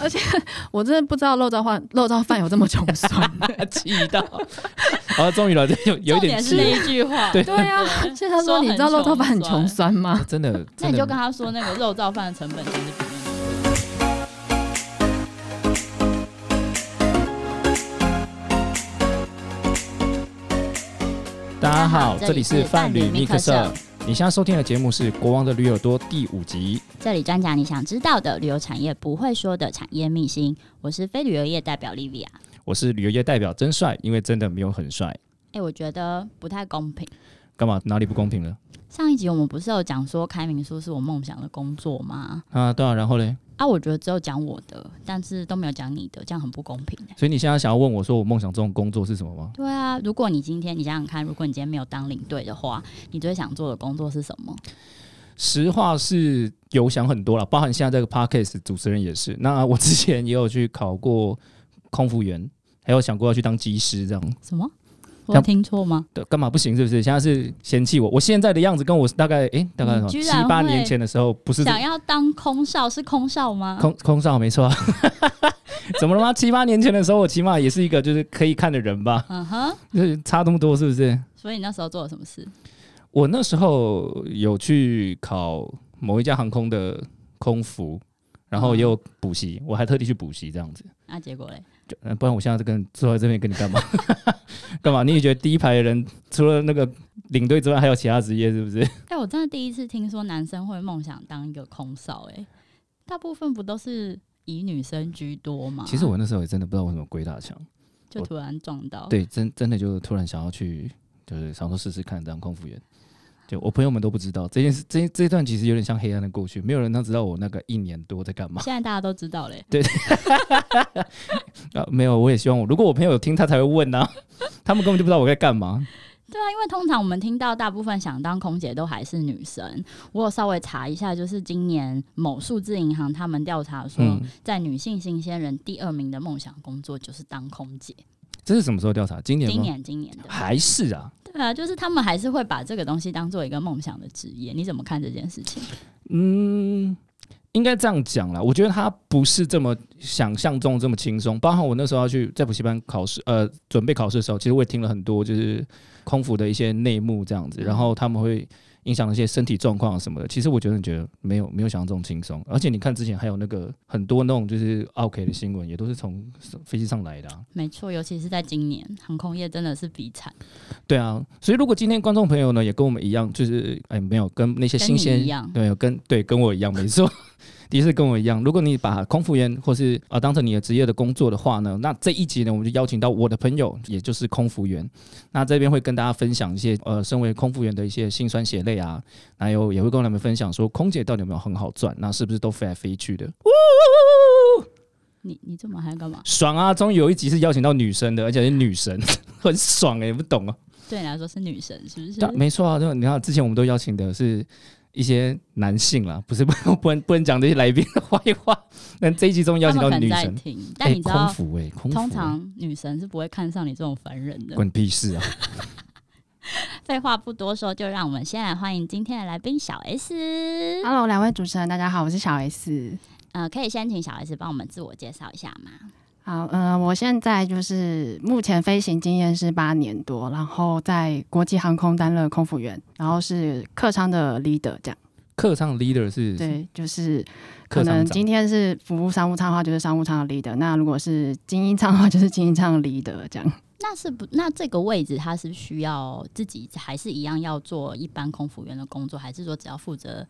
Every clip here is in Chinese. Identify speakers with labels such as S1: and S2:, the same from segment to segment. S1: 而且我真的不知道肉燥饭肉燥饭有这么穷 酸。
S2: 气到， 然后终于了，这有有一
S3: 重
S2: 点
S3: 点是
S2: 气
S3: 那，一句 话，
S2: 对
S1: 对 啊，所以他说你知道肉燥饭很穷
S3: 酸，
S1: 酸 吗？
S2: 真的，
S3: 那
S2: 真
S3: 你就
S2: 的
S3: 跟他说那个肉燥饭的成本其实比那个
S2: 大家好，
S3: 这
S2: 这里是
S3: 伴
S2: 伴
S3: 侣
S2: 侣
S3: Mixer
S2: Mixer，你现在收听的节目是《国王的驴耳朵》第五集。
S3: 这里专讲你想知道的旅游产业不会说的产业秘辛，我是非旅游业代表 Livia。
S2: 我是旅游业代表真帅，因为真的没有很帅，
S3: 哎、我觉得不太公平。
S2: 干嘛哪里不公平了
S3: 上一集我们不是有讲说开民宿是我梦想的工作吗？
S2: 啊？对啊，然后嘞，
S3: 啊，我觉得只有讲我的，但是都没有讲你的，这样很不公平、欸。
S2: 所以你现在想要问我说我梦想中的工作是什么吗？
S3: 对啊，如果你今天你想想看，如果你今天没有当领队的话，你最想做的工作是什么？
S2: 实话是有想很多了，包含现在这个 podcast 主持人也是。那我之前也有去考过空服员，还有想过要去当机师这样。
S3: 什么？我有
S2: 像
S3: 听错吗？
S2: 对，干嘛不行？是不是？现在是嫌弃我？我现在的样子跟我大概诶，大概
S3: 你
S2: 什么
S3: 居
S2: 七
S3: 然
S2: 八
S3: 会
S2: 年前的时候不是这
S3: 想要当空少是空少吗？
S2: 空空少没错 啊，怎么了吗？七八年前的时候，我起码也是一个就是可以看的人吧，
S3: 嗯哼，
S2: 就是差这么多是不是？
S3: 所以你那时候做了什么事？
S2: 我那时候有去考某一家航空的空服，然后也有补习，我还特地去补习这样子。
S3: 那、啊结果嘞？
S2: 就呃不然我现在这跟坐在这边跟你干嘛？ 干嘛？你也觉得第一排的人除了那个领队之外，还有其他职业是不是？
S3: 哎、我真的第一次听说男生会梦想当一个空少、哎，大部分不都是以女生居多吗？
S2: 其实我那时候也真的不知道为什么鬼打墙，
S3: 就
S2: 我
S3: 突然撞到，，
S2: 对，真真的就突然想要去，就是想说试试看当空服员。就我朋友们都不知道这件事，这这一段其实有点像黑暗的过去，没有人能知道我那个一年多在干嘛。
S3: 现在大家都知道嘞、
S2: 啊，没有，我也希望我，如果我朋友有听，他才会问啊， 他们根本就不知道我在干嘛。
S3: 对啊，因为通常我们听到大部分想当空姐都还是女生。我有稍微查一下，就是今年某数字银行他们调查说，
S2: 嗯
S3: 在女性新鲜人第二名的梦想工作就是当空姐。
S2: 这是什么时候调查？今年吗？
S3: 今年今年的，
S2: 还是啊？
S3: 对啊，就是他们还是会把这个东西当做一个梦想的职业。你怎么看这件事情？
S2: 嗯，应该这样讲啦。我觉得他不是这么想象中这么轻松。包含我那时候要去在补习班考试，呃，准备考试的时候，其实我也听了很多就是空服的一些内幕这样子，然后他们会影响一些身体状况啊什么的。其实我觉得你觉得没有没有想象中轻松。而且你看之前还有那个很多那种就是 OK 的新闻，也都是从飞机上来的、啊。
S3: 没错，尤其是在今年，航空业真的是比惨，
S2: 对啊，所以如果今天观众朋友呢也跟我们一样，就是哎没有跟那些
S3: 跟
S2: 新
S3: 你
S2: 鲜
S3: 一样
S2: 对，跟对跟我一样，没错， 的确跟我一样。如果你把空服员或是啊、呃当成你的职业的工作的话呢，那这一集呢我们就邀请到我的朋友，也就是空服员，那这边会跟大家分享一些呃身为空服员的一些辛酸血泪啊，还有也会跟我们分享说空姐到底有没有很好赚，那是不是都飞来飞去的，
S3: 你你这么还干嘛？
S2: 爽啊！终于有一集是邀请到女生的，而且是女神， 很爽哎、不懂啊。
S3: 对你来说是女神是不是
S2: 对？啊，没错啊，就你看之前我们都邀请的是一些男性啦，不是 不不能不能讲这些来宾的坏话。那这一集中邀
S3: 他
S2: 请
S3: 们
S2: 到
S3: 可能
S2: 女
S3: 在
S2: 神，
S3: 听，
S2: 哎
S3: 但你知
S2: 空
S3: 道，
S2: 服哎、空服、
S3: 通
S2: 欸，
S3: 常女神是不会看上你这种凡人的。
S2: 关你屁事啊！
S3: 废话不多说，就让我们先来欢迎今天的来宾小
S2: 嗯
S3: S。
S1: Hello，两位主持人，大家好，我是小 S。
S3: 呃，可以先请小 S 帮我们自我介绍一下吗？
S1: 好，呃，我现在就是目前飞行经验是八年多，然后在国际航空担任空服员，然后是客舱的 leader 这样。
S2: 客舱 leader 是
S1: 对，就是
S2: 客
S1: 可能
S2: 舱长
S1: 今，天是服务商务舱的话，就是商务舱的 leader；那如果是精英舱的话，就是精英舱的 leader 这样。
S3: 那是不，那这个位置他是需要自己还是一样要做一般空服员的工作，还是说只要负责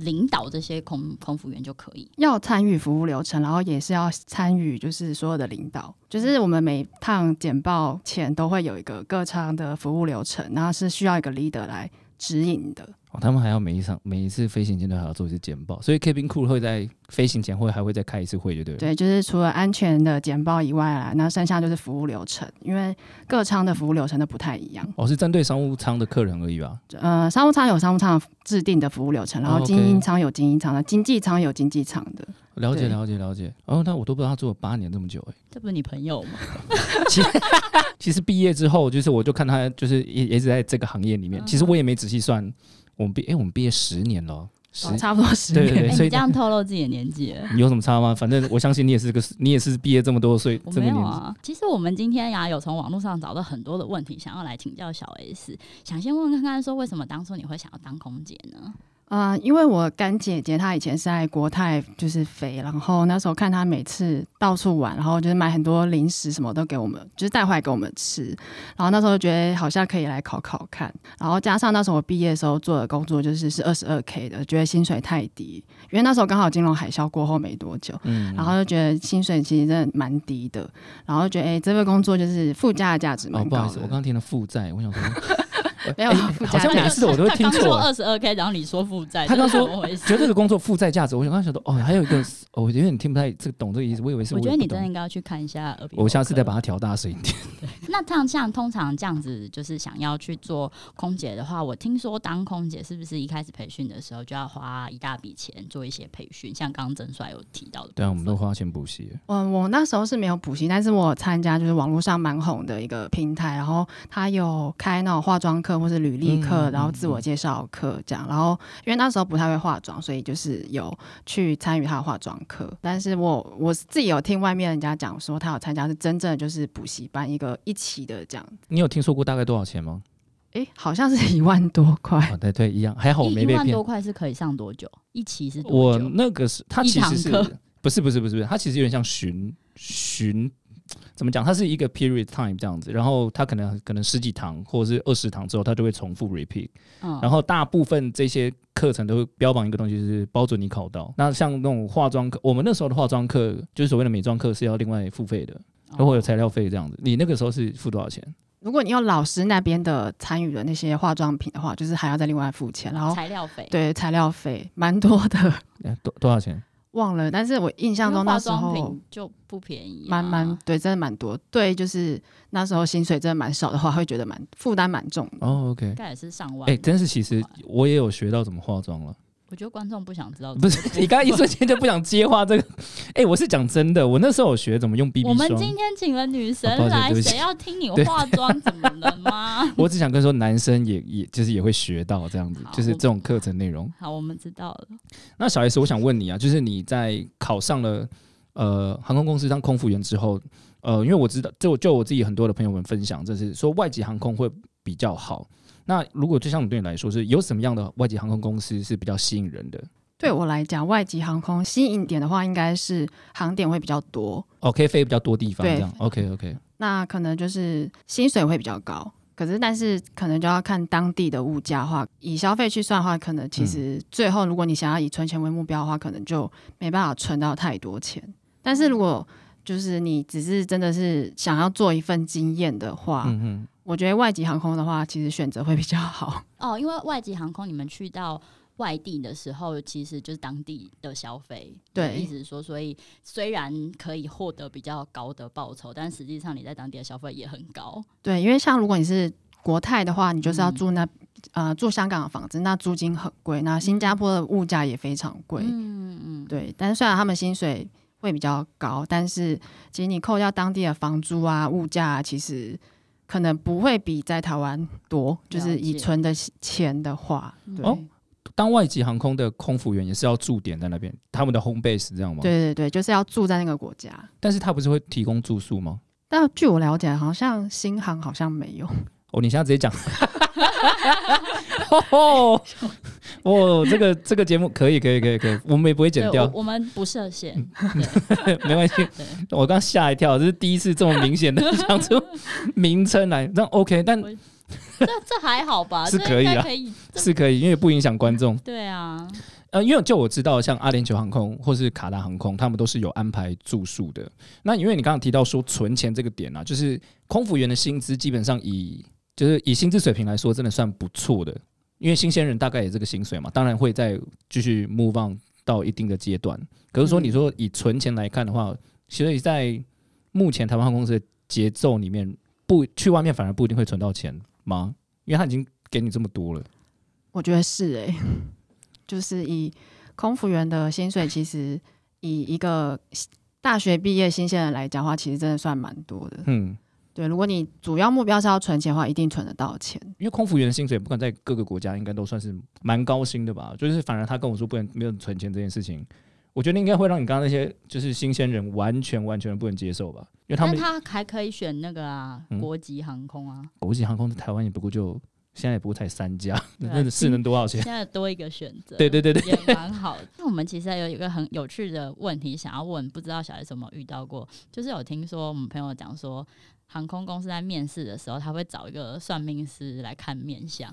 S3: 领导这些空空服员就可以？
S1: 要参与服务流程，然后也是要参与就是所有的领导，就是我们每趟简报前都会有一个各舱的服务流程，然后是需要一个 leader 来指引的。
S2: 哦、他们还要每一场每一次飞行前都还要做一次简报，所以 cabin crew 会在飞行前会还会再开一次会，对不对？。
S1: 对，就是除了安全的简报以外啦，那剩下就是服务流程，因为各舱的服务流程都不太一样。
S2: 哦，是针对商务舱的客人而已吧？
S1: 呃，商务舱有商务舱制定的服务流程，然
S2: 哦
S1: 后
S2: ，OK
S1: 精英舱有精英舱的，经济舱有经济舱的。
S2: 了
S1: 对
S2: 解，了解，了解。哦，那我都不知道他做了八年这么久、欸，
S3: 这不是你朋友吗？
S2: 其实其实毕业之后，就是我就看他就是也也一直在这个行业里面。其实我也没仔细算，我们毕哎、我们毕业十年了哦，十
S1: 哦差不多十
S2: 对对
S1: 年。
S2: 对，
S3: 哎
S2: 所
S3: 你
S2: 以
S3: 这样透露自己的年纪了。
S2: 你有什么差吗？反正我相信你也是个，你也是毕业这么多岁，
S3: 我
S2: 这么
S3: 没有
S2: 年纪，
S3: 啊。其实我们今天呀、啊有从网络上找到很多的问题，想要来请教小 S，想先问看看说，为什么当初你会想要当空姐呢？
S1: 啊，因为我干姐姐她以前是在国泰就是飞，然后那时候看她每次到处玩，然后就是买很多零食什么都给我们，就是带回来给我们吃。然后那时候觉得好像可以来考考看，然后加上那时候我毕业的时候做的工作就是是二十二 k 的，觉得薪水太低，因为那时候刚好金融海啸过后没多久，
S2: 嗯，
S1: 然后就觉得薪水其实真的蛮低的，然后就觉得哎、这份工作就是附加的价值
S2: 哦，
S1: 蛮
S2: 不好
S1: 高
S2: 意思，我
S1: 的。，
S2: 刚刚听了负债，我想说哦
S1: 没有啊
S2: 哎
S1: 负
S2: 好
S1: 债
S2: 像每次我都会听
S3: 他刚说
S2: 错。
S3: 二十二 k，然后你说负债，
S2: 他刚
S3: 这是
S2: 说
S3: 怎么回事
S2: 觉得这个工作负债价值，我刚刚想说，哦，还有一个，哦我有点听不太这个懂这个意思，我以为是
S3: 我觉得
S2: 也不
S3: 你真的
S2: 懂
S3: 应该要去看一下耳鼻喉科。
S2: 我下次再把它调大声一点。
S3: 那像像通常这样子，就是想要去做空姐的话，我听说当空姐是不是一开始培训的时候就要花一大笔钱做一些培训？像刚刚曾帅有提到的部分，
S2: 对啊，我们都花钱补习了。
S1: 嗯，我那时候是没有补习，但是我参加就是网络上蛮红的一个平台，然后他有开那种化妆课或是履历课，
S2: 嗯嗯
S1: 然后自我介绍课这样。然后因为那时候不太会化妆，所以就是有去参与他的化妆课。但是我我自己有听外面人家讲说，他有参加是真正的就是补习班一个一期的这样。
S2: 你有听说过大概多少钱吗？
S1: 诶，好像是一万多块。
S2: 啊，对对，一样，还好我
S3: 一
S2: 没
S3: 一
S2: 被
S3: 万
S2: 骗
S3: 多。块是可以上多久？一期是多
S2: 我
S3: 久？
S2: 那个是，它
S3: 一
S2: 其
S3: 堂
S2: 实是
S3: 课
S2: 不是不是不是不是，它其实有点像巡巡，怎么讲？它是一个 period time 这样子，然后它可能可能十几堂或者是二十堂之后，它就会重复 repeat。
S3: 嗯
S2: 然后大部分这些课程都会标榜一个东西，就是包准你考到。那像那种化妆课，我们那时候的化妆课就是所谓的美妆课是要另外付费的，然
S3: 哦
S2: 后有材料费这样子。你那个时候是付多少钱？
S1: 如果你用老师那边的参与的那些化妆品的话，就是还要再另外付钱，然后
S3: 材料费，
S1: 对材料费蛮多的。
S3: 嗯
S2: 哎多多少钱？
S1: 忘了，但是我印象
S3: 因为
S1: 中
S3: 化
S1: 那时
S3: 妆
S1: 候
S3: 品就不便宜、啊，
S1: 蛮蛮对，真的蛮多。对，就是那时候薪水真的蛮少的话，会觉得蛮负担蛮重的。
S2: 哦，OK、o
S3: 应
S2: k
S3: 该也是上万。
S2: 哎、真是，其实我也有学到怎么化妆了。
S3: 我觉得观众不想知道，
S2: 不是，你刚刚一瞬间就不想接话这个。哎、我是讲真的，我那时候有学怎么用 BB
S3: 我们
S2: 霜
S3: 今。天请了女神
S2: 哦抱歉
S3: 来，
S2: 对不起
S3: 谁要听你
S2: 对
S3: 化妆？怎么了吗？
S2: 我只想跟说，男生也也就是也会学到这样子
S3: 好，
S2: 就是这种课程内容。
S3: 好，我们知道了。
S2: 那小 S，我想问你啊，就是你在考上了呃航空公司当空服员之后，呃，因为我知道，就就我自己很多的朋友们分享，就是说外籍航空会比较好。那如果就像你对你来说，是有什么样的外籍航空公司是比较吸引人的？
S1: 对我来讲，外籍航空吸引点的话，应该是航点会比较多，
S2: 哦，可以飞比较多地方
S1: 对
S2: 这样。OK OK，
S1: 那可能就是薪水会比较高。可是，但是可能就要看当地的物价的话，以消费去算的话，可能其实最后如果你想要以存钱为目标的话，可能就没办法存到太多钱。但是如果就是你只是真的是想要做一份经验的话，
S2: 嗯嗯，
S1: 我觉得外籍航空的话，其实选择会比较好。
S3: 哦，因为外籍航空，你们去到外地的时候，其实就是当地的消费。
S1: 对
S3: 意思是说，所以虽然可以获得比较高的报酬，但实际上你在当地的消费也很高。
S1: 对，因为像如果你是国泰的话，你就是要
S3: 嗯
S1: 住那、呃住香港的房子，那租金很贵，那新加坡的物价也非常贵。
S3: 嗯嗯，
S1: 对，但是虽然他们薪水会比较高，但是其实你扣掉当地的房租啊、物价、啊，其实可能不会比在台湾多。就是以
S3: 了解嗯
S1: 存的钱的话，对、
S2: 哦当外籍航空的空服员也是要驻点在那边，他们的 home base 这样吗？。
S1: 对对对，就是要住在那个国家。
S2: 但是他不是会提供住宿吗？
S1: 但据我了解，好像新航好像没有。
S2: 哦，你现在直接 讲。哦，哦，这个这个节目可以可以可以可以，我们也不会剪
S3: 对
S2: 掉嗯
S3: 我，我们不设限。
S2: 没关系。
S3: 对，
S2: 我刚吓一跳，这是第一次这么明显 的讲出名称来，那 OK，但
S3: 我这这还好吧？
S2: 是
S3: 这
S2: 可以
S3: 应该
S2: 啊
S3: 可以。这
S2: 是可以，因为不影响观众。
S3: 对啊，
S2: 呃，因为就我知道，像阿联酋航空或是卡达航空，他们都是有安排住宿的。那因为你刚刚提到说存钱这个点啊，就是空服员的薪资基本上以就是以薪资水平来说，真的算不错的。因为新鲜人大概也这个薪水嘛，当然会再继续 move on 到一定的阶段。可是说，你说以存钱来看的话，其实在目前台湾航空公司的节奏里面，不去外面反而不一定会存到钱吗？因为他已经给你这么多了。
S1: 我觉得是诶、 就是以空服员的薪水，其实以一个大学毕业新鲜人来讲的话，其实真的算蛮多的。
S2: 嗯，
S1: 对，如果你主要目标是要存钱的话，一定存得到钱。
S2: 因为空服员的薪水，不管在各个国家，应该都算是蛮高薪的吧。就是反而他跟我说不能没有存钱这件事情，我觉得应该会让你刚刚那些就是新鲜人完全完全不能接受吧。因为他
S3: 但
S2: 们
S3: 他还可以选那个啊，
S2: 嗯
S3: 国籍航空啊，
S2: 国际航空在台湾也不过就现在也不过才三家，
S3: 对 啊
S2: 那是能多少钱
S3: 现？在多一个选择。
S2: 对对对对，
S3: 也蛮好的。那我们其实还有一个很有趣的问题想要问，不知道小 S 有没有遇到过？就是有听说我们朋友讲说，航空公司在面试的时候，他会找一个算命师来看面相。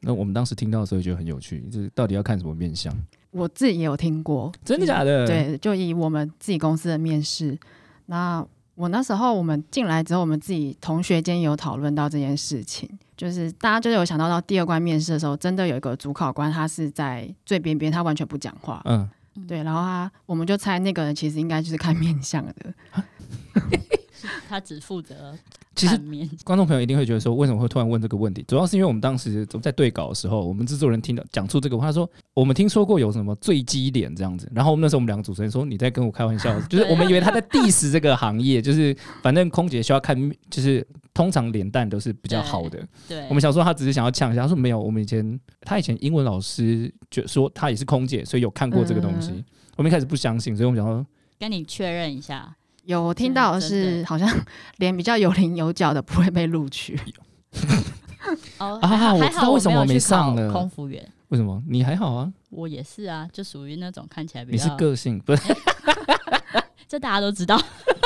S2: 那我们当时听到的时候也觉得很有趣，就是到底要看什么面相？
S1: 我自己也有听过，
S2: 真
S3: 嗯
S2: 的假的？，
S1: 对，就以我们自己公司的面试，那我那时候我们进来之后，我们自己同学间也有讨论到这件事情，就是大家就是有想到到第二关面试的时候，真的有一个主考官他是在最边边，他完全不讲话，
S2: 嗯，
S1: 对，然后他我们就猜那个人其实应该就是看面相的，
S3: 他只负责
S2: 其实
S3: 看面相，
S2: 观众朋友一定会觉得说，为什么会突然问这个问题？主要是因为我们当时在对稿的时候，我们制作人听到讲出这个话，他说我们听说过有什么最基点这样子。然后我们那时候我们两个主持人说你在跟我开玩笑，就是我们以为他在 diss 这个行业，就是反正空姐需要看，就是通常脸蛋都是比较好的。
S3: 对，
S2: 我们想说他只是想要呛一下，他说没有，我们以前他以前英文老师就说他也是空姐，所以有看过这个东西。
S1: 嗯
S2: 我们一开始不相信，所以我们想说
S3: 跟你确认一下，
S1: 有听到的
S3: 真
S1: 是好像 连比较有棱有角的不会被录取，
S3: 哦
S2: 啊
S3: 还好
S2: 我
S3: 还
S2: 知
S3: 好
S2: 道为什么
S3: 我
S2: 我没
S3: 有去
S2: 上
S3: 考
S2: 了
S3: 空服员，
S2: 为什么你还好啊？
S3: 我也是啊，就属于那种看起来比
S2: 你是
S3: 较，
S2: 个性不 是，
S3: 这大家都知道。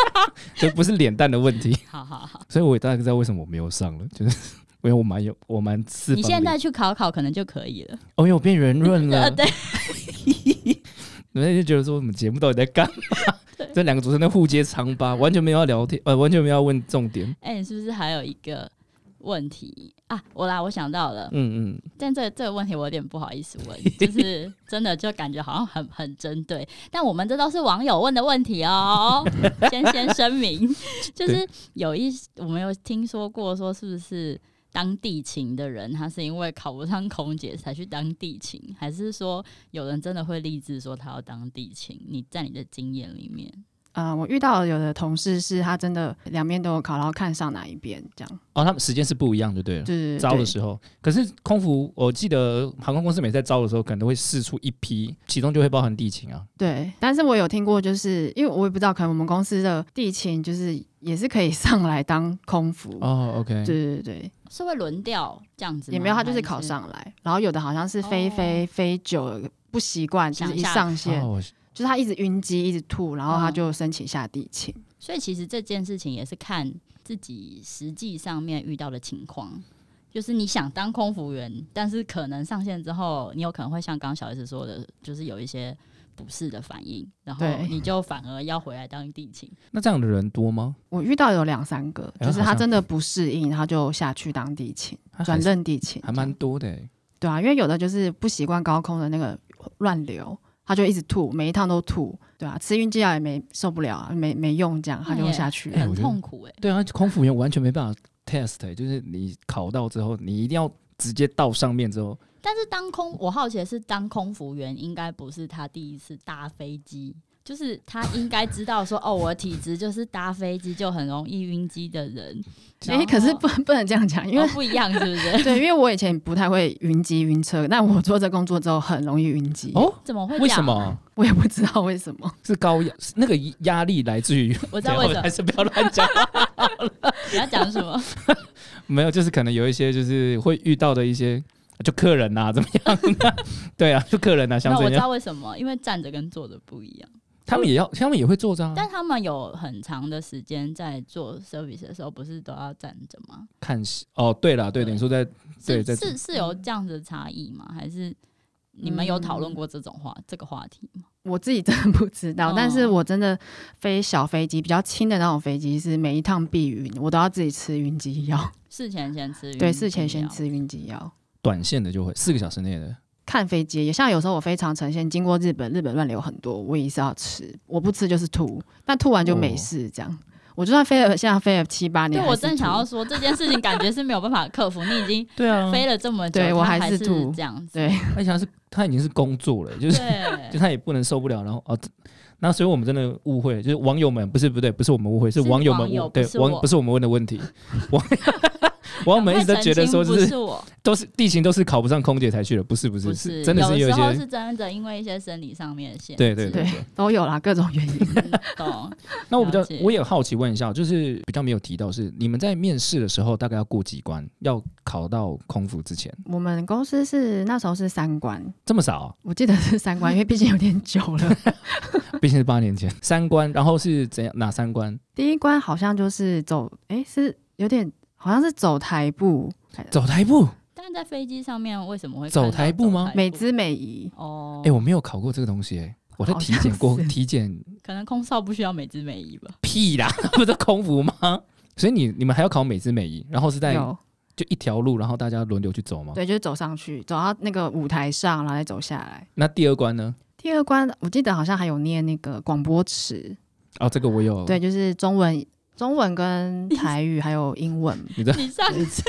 S2: 这不是脸蛋的问题。
S3: 好好好，
S2: 所以我也大概知道为什么我没有上了，就是 因为我蛮有我蛮四
S3: 你
S2: 方
S3: 现
S2: 脸
S3: 在去考考可能就可以了。
S2: 哦，因为我变圆润了
S3: 呃，， 对，
S2: 人家就觉得说我们节目到底在干嘛？ 这两个主持人在互揭疮疤，完全没有要聊天，呃，完全没有要问重点。
S3: 哎、你是不是还有一个问题啊？我啦，我想到了，
S2: 嗯嗯，
S3: 但这这个问题我有点不好意思问，就是 真的就感觉好像很很针对，但我们这都是网友问的问题哦，先先声明，就是有一我们有听说过说是不是当地勤的人，他是因为考不上空姐才去当地勤，还是说有人真的会立志说他要当地勤？你在你的经验里面，
S1: 呃，我遇到有的同事是他真的两边都有考，然后看上哪一边这样，
S2: 哦，他们时间是不一样，就对了。
S1: 就是
S2: 招的
S1: 对
S2: 时候，可是空服，我记得航空公司每次在招的时候，可能会试出一批，其中就会包含地勤啊。
S1: 对，但是我有听过，就是因为我也不知道，可能我们公司的地勤就是也是可以 上来当空服，
S2: 哦，OK，
S1: 对对对，
S3: 是会轮调这样子吗？
S1: 也没有他就是
S3: 还
S1: 考。上来，然后有的好像是飞一
S3: 哦
S1: 飞、飞久了不习惯，就是
S3: 想
S1: 一
S3: 下
S1: 上线、
S2: 哦，我
S1: 就是他一直晕机，一直吐，然后他
S3: 嗯
S1: 就申请下地勤。
S3: 所以其实这件事情也是看自己实际上面遇到的情况，就是你想当空服员，但是可能上线之后，你有可能会像刚刚小 S 说的，就是有一些不适的反应，然后
S1: 对
S3: 你就反而要回来当地勤。
S2: 那这样的人多吗？
S1: 我遇到有两三个，
S2: 哎
S1: 就是
S2: 好
S1: 他
S2: 像
S1: 真的不适应，他就下去当地勤，
S2: 还
S1: 转
S2: 还
S1: 任地勤，
S2: 还蛮多的欸。
S1: 对啊，因为有的就是不习惯高空的那个乱流，他就一直吐，每一趟都吐，对啊，吃晕机药也没受不了啊，没没用，这样他就
S3: 那也
S1: 下去了。
S2: 哎我
S3: 很
S2: 觉得
S3: 痛苦哎、
S2: 对啊，空服员完全没办法 test，、欸、就是你考到之后，你一定要直接到上面之后，
S3: 但是当空，我好奇的是，当空服员应该不是他第一次搭飞机。就是他应该知道说，哦，我的体质就是搭飞机就很容易晕机的人，
S1: 哎、可是 不不能这样讲，因
S3: 因
S1: 为、
S3: 为、不一样，是不 是？
S1: 对，因为我以前不太会晕机晕车，但我做这工作之后很容易晕机，
S2: 哦，
S3: 怎么会？
S2: 为什？么
S1: 我也不知道为什么。
S2: 是高压？是那个压力来自于？
S3: 我知道为什
S2: 我
S3: 么
S2: 还。是 不要乱讲。
S3: 你要讲什么？
S2: 没有，就是可能有一些就是会遇到的一些，就客人呐、啊，怎 么样、对啊，就客人呐、啊，像
S3: 那
S2: 这
S3: 我知
S2: 样，
S3: 道为什么，因为站着跟坐着不一样。
S2: 他们也要，他们也会坐着啊，
S3: 但他们有很长的时间在做 service 的时候，不是都要站着吗？
S2: 看戏。哦，对了，对，
S3: 对
S2: 你说在对
S3: 是
S2: 在
S3: 是是有这样子的差异吗？还是你们有讨论过这种话、
S2: 嗯
S3: 这个话题吗？
S1: 我自己真的不知道，
S3: 哦
S1: 但是我真的飞小飞机，比较轻的那种飞机，是每一趟避晕，我都要自己吃晕机药。
S3: 事前先吃晕，
S1: 对，事前先
S3: 不嗯要。
S1: 吃晕机药。
S2: 短线的就会四个小时内的，
S1: 看飞机，也像有时候我飞长城线经过日本，日本乱流很多，我也是要吃，我不吃就是吐，但吐完就没事这样。我就算飞了，现在飞了七八年，
S3: 哦对，我正
S1: 的
S3: 想要，说这件事情，感觉是没有办法 克服。你已经
S2: 对啊
S3: 飞了这么久，
S1: 对我
S3: 它
S1: 还
S3: 还
S1: 是
S3: 是
S1: 吐
S3: 这样子。
S1: 对
S2: 而且他是他已经是工作了，就是就
S3: 对，
S2: 他也不能受不了，然后哦，那所以我们真的误会，就是网友们不是不对，不是我们误会，是
S3: 是
S2: 网友们
S3: 网友
S2: 误对
S3: 不是
S2: 网
S3: 我
S2: 不是我们问的问题， 网网友们一直都觉得说
S3: 不
S2: 就是
S3: 是我，
S2: 都是地形都是考不上空姐才去的，不是不是
S3: 不是，
S2: 真的是
S3: 有
S2: 一
S3: 时候
S2: 些
S3: 是真的，因为一些生理上面的限制。
S2: 对对
S1: 对都有啦，各种原因。
S3: 嗯懂。
S2: 那我比较
S3: 了解
S2: 我也好奇问一下，就是比较没有提到是你们在面试的时候大概要过几关，要考到空服之前
S1: 我们公司是那时候是三关，
S2: 这么少啊、
S1: 我记得是三关，因为毕竟有点久了。
S2: 毕竟是八年前 三关，然后是怎样哪三关？
S1: 第一关好像就是走，诶，是有点好像是走台步，
S2: 走台步，
S3: 但在飞机上面为什么会
S2: 走
S3: 看到
S2: 台步吗
S3: 走台
S1: 美姿美仪。
S3: 哦，
S2: 哎、我没有考过这个东西、欸，我在
S1: 好
S2: 体
S1: 像
S2: 检过
S1: 是
S2: 体检
S3: 可能空少不需要美姿美仪吧？
S2: 屁啦， 不是空服吗？所以你你们还要考美姿美仪，然后是在
S3: 哦
S1: 有
S2: 就一条路，然后大家轮流去走吗？
S1: 对，就是走上去，走到那个舞台上，然后再走下来。
S2: 那第二关呢？
S1: 第二关我记得好像还有念那个广播词，
S2: 哦，这个我有。
S1: 对，就是中文、中文跟台语还有英 文。
S3: 你上次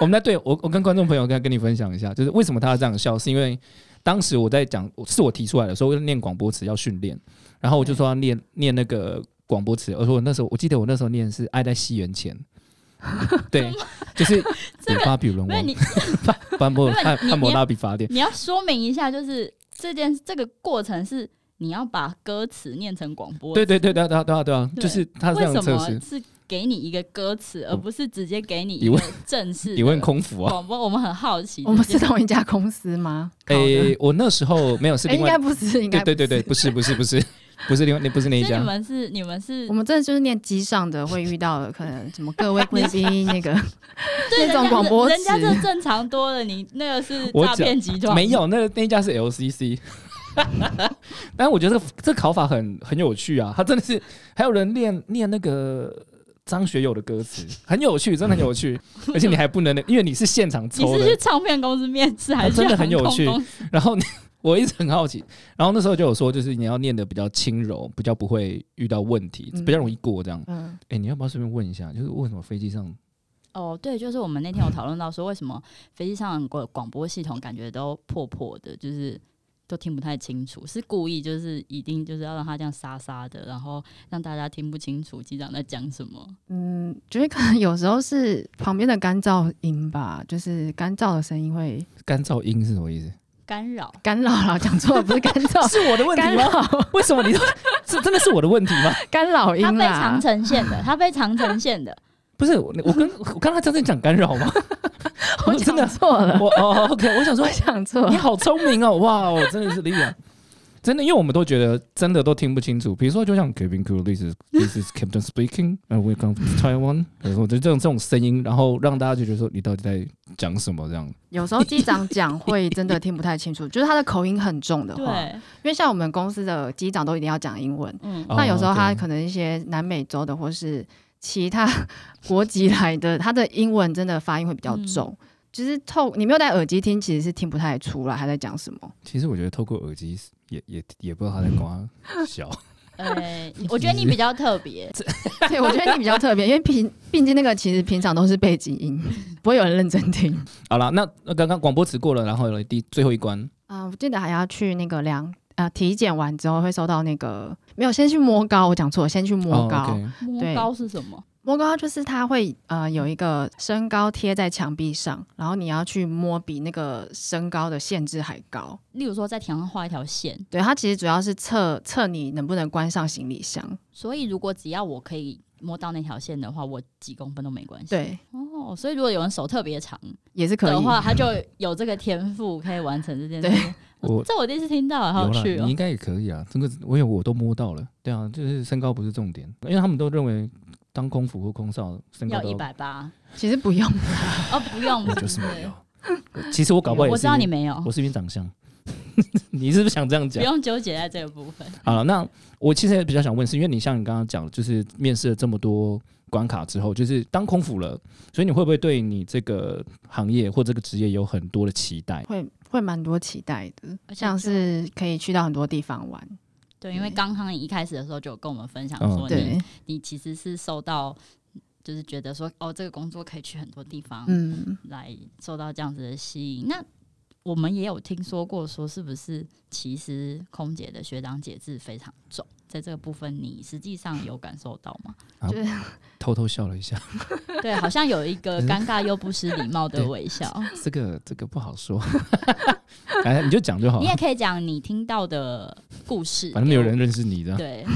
S2: 我们在哦对我我跟观众朋友跟跟你分享一下，就是为什么他要这样笑，是因为当时我在讲，是我提出来的，说我要念广播词要训练，然后我就说要念念那个广播词，而说我那时候我记得我那时候念是爱在西元 前，对，就是古巴比伦
S3: 没有
S2: 王
S3: 你，
S2: 班博
S3: 没有
S2: 汉
S3: 你
S2: 汉摩拉比法典，
S3: 你要说明一下，就是这件这个过程是你要把歌词念成广播。
S2: 对对对对对对啊对啊，
S3: 对
S2: 就是他这
S3: 为
S2: 样
S3: 什
S2: 测试
S3: 么，是给你一个歌词，而不是直接给你
S2: 你
S3: 一
S2: 问
S3: 个正式的
S2: 你问空服啊？
S3: 广播？我们很好奇，
S1: 我们
S3: 直接
S1: 是同一家公司吗？考的
S2: 诶，我那时候没有是
S1: 诶
S2: 另
S1: 应该
S2: 外，
S1: 不是，应该
S2: 对
S1: 不
S2: 对对对，
S1: 是。
S2: 不是不是 不是不是另外那不是那一
S3: 所以
S2: 家
S3: 你，们是你们是
S1: 我们真的就是念机上的会遇到的，可能什么各位贵宾那 个
S3: 对
S1: 那种广播
S3: 人家
S1: 词
S3: 这正常多了，你那个是
S2: 我
S3: 诈骗集团，
S2: 没有，那那一家是 LCC。但我觉得这个这个考法很很有趣啊！他真的是还有人念念那个张学友的歌词，很有趣，真的很有趣。 而且你还不能，因为你是现场
S3: 你
S2: 抽
S3: 是去
S2: 的，啊
S3: 唱片公司面试还是去
S2: 真的很
S3: 航空
S2: 有趣
S3: 公司
S2: 然后你我一直很好奇。然后那时候就有说，就是你要念的比较轻柔，比较不会遇到问题，
S1: 嗯
S2: 比较容易过这样。
S1: 嗯，
S2: 哎、你要不要顺便问一下，就是为什么飞机上
S3: 哦，对，就是我们那天有讨论到说，为什么飞机上的广广播系统感觉都破破的，就是都听不太清楚，是故意就是一定就是要让它这样沙沙的，然后让大家听不清楚机长在讲什么。
S1: 嗯，觉得可能有时候是旁边的干燥音吧，就是干燥的声音会
S2: 干燥音是什么意思？
S3: 干扰，
S1: 干扰了，讲错了，不是干燥，
S2: 是我的问
S1: 干扰
S2: 为什么 你是真的是我的问题吗？
S1: 干扰
S3: 它
S1: 音
S3: 被
S1: 啦
S3: 长，城线的，它被长城线的，
S2: 不是我我跟我刚才真的讲干扰吗？
S1: 我
S2: 真
S1: 讲
S2: 的
S1: 错了，
S2: 我哦，OK，我想 说
S1: 我讲错
S2: 你
S1: 了，
S2: 好聪明哦，哇哦，真的是理解。真的，因为我们都觉得真的都听不清楚。比如说，就像 Kevin Cool, this is this is Captain speaking, and we come from Taiwan。我觉得这种这种声音，然后让大家就觉得说你到底在讲什么这样。
S1: 有时候机长讲会真的听不太清楚，就是他的口音很重 的话，
S3: 对，
S1: 因为像我们公司的机长都一定要讲英文，
S3: 嗯，
S2: 哦
S1: 那有时候他
S2: 对
S1: 可能一些南美洲的或是其他国籍来的，他的英文真的发音会比较重。其实透你没有戴耳机听，其实是听不太出来他在讲什么。
S2: 其实我觉得透过耳机也也也不知道他在光小。
S3: 呃，我觉得你比较特 别，
S1: 对，我觉得你比较特别，因为平毕竟那个其实平常都是背景音， 不会有人认真听。
S2: 好了，那那刚刚广播词过了，然后有第最后一关，
S1: 啊、我记得还要去那个量啊、体检完之后会收到那个没有，先去摸高，我讲错了，先去摸高。
S2: 哦，OK
S3: 摸
S1: 对
S3: 高是什么？
S1: 摸高就是它会呃有一个身高贴在墙壁上，然后你要去摸比那个身高的限制还高。
S3: 例如说在墙上画一条线，
S1: 对，它其实主要是测测你能不能关上行李箱。
S3: 所以如果只要我可以摸到那条线的话，我几公分都没关系。
S1: 对，
S3: 哦，所以如果有人手特别长
S1: 也是可以
S3: 的。话，他就有这个天赋可以完成这件事情。
S2: 我
S3: 这我第一次听到，好
S2: 有
S3: 有
S2: 啦，
S3: 趣哦
S2: 你应。该也可以啊。这个我有，我都摸到了。对啊，就是身高不是重点，因为他们都认为当空服或空少身高
S3: 要
S2: 都
S3: 一，百八
S1: 其实不用，
S3: 哦，不 用，
S2: 我就是没有。其实我搞不好也是，
S3: 我知道你，没有
S2: 我，是因为长相。 你是不是想这样
S3: 不
S2: 讲？
S3: 用纠结在这个部分。
S2: 好了，那我其实也比较想问，是因为你像你刚刚讲，就是面试了这么多关卡之后，就是当空服了，所以你会不会对你这个行业或这个职业有很多的期待？
S1: 会会蛮多期待的，
S3: 而且
S1: 像
S3: 就是
S1: 可以去到很多地方玩。
S3: 对，因为
S1: 对
S3: 刚刚你一开始的时候就有跟我们分享
S2: 嗯
S3: 说，你
S1: 对，
S3: 你其实是受到，就是觉得说，哦，这个工作可以去很多地方，
S1: 嗯，
S3: 来受到这样子的吸引。那我们也有听说过，说是不是其实空姐的学长姐制非常重，在这个部分你实际上有感受到吗？
S2: 偷偷笑了一下。
S3: 对，好像有一
S2: 嗯
S3: 个尴尬又不失礼貌的微笑。
S2: 这个这个不好说， 哎，你就讲就好
S3: 你
S2: 了
S3: 也，可以讲你听到的故事，
S2: 反正没有人啊认识你的。
S3: 对，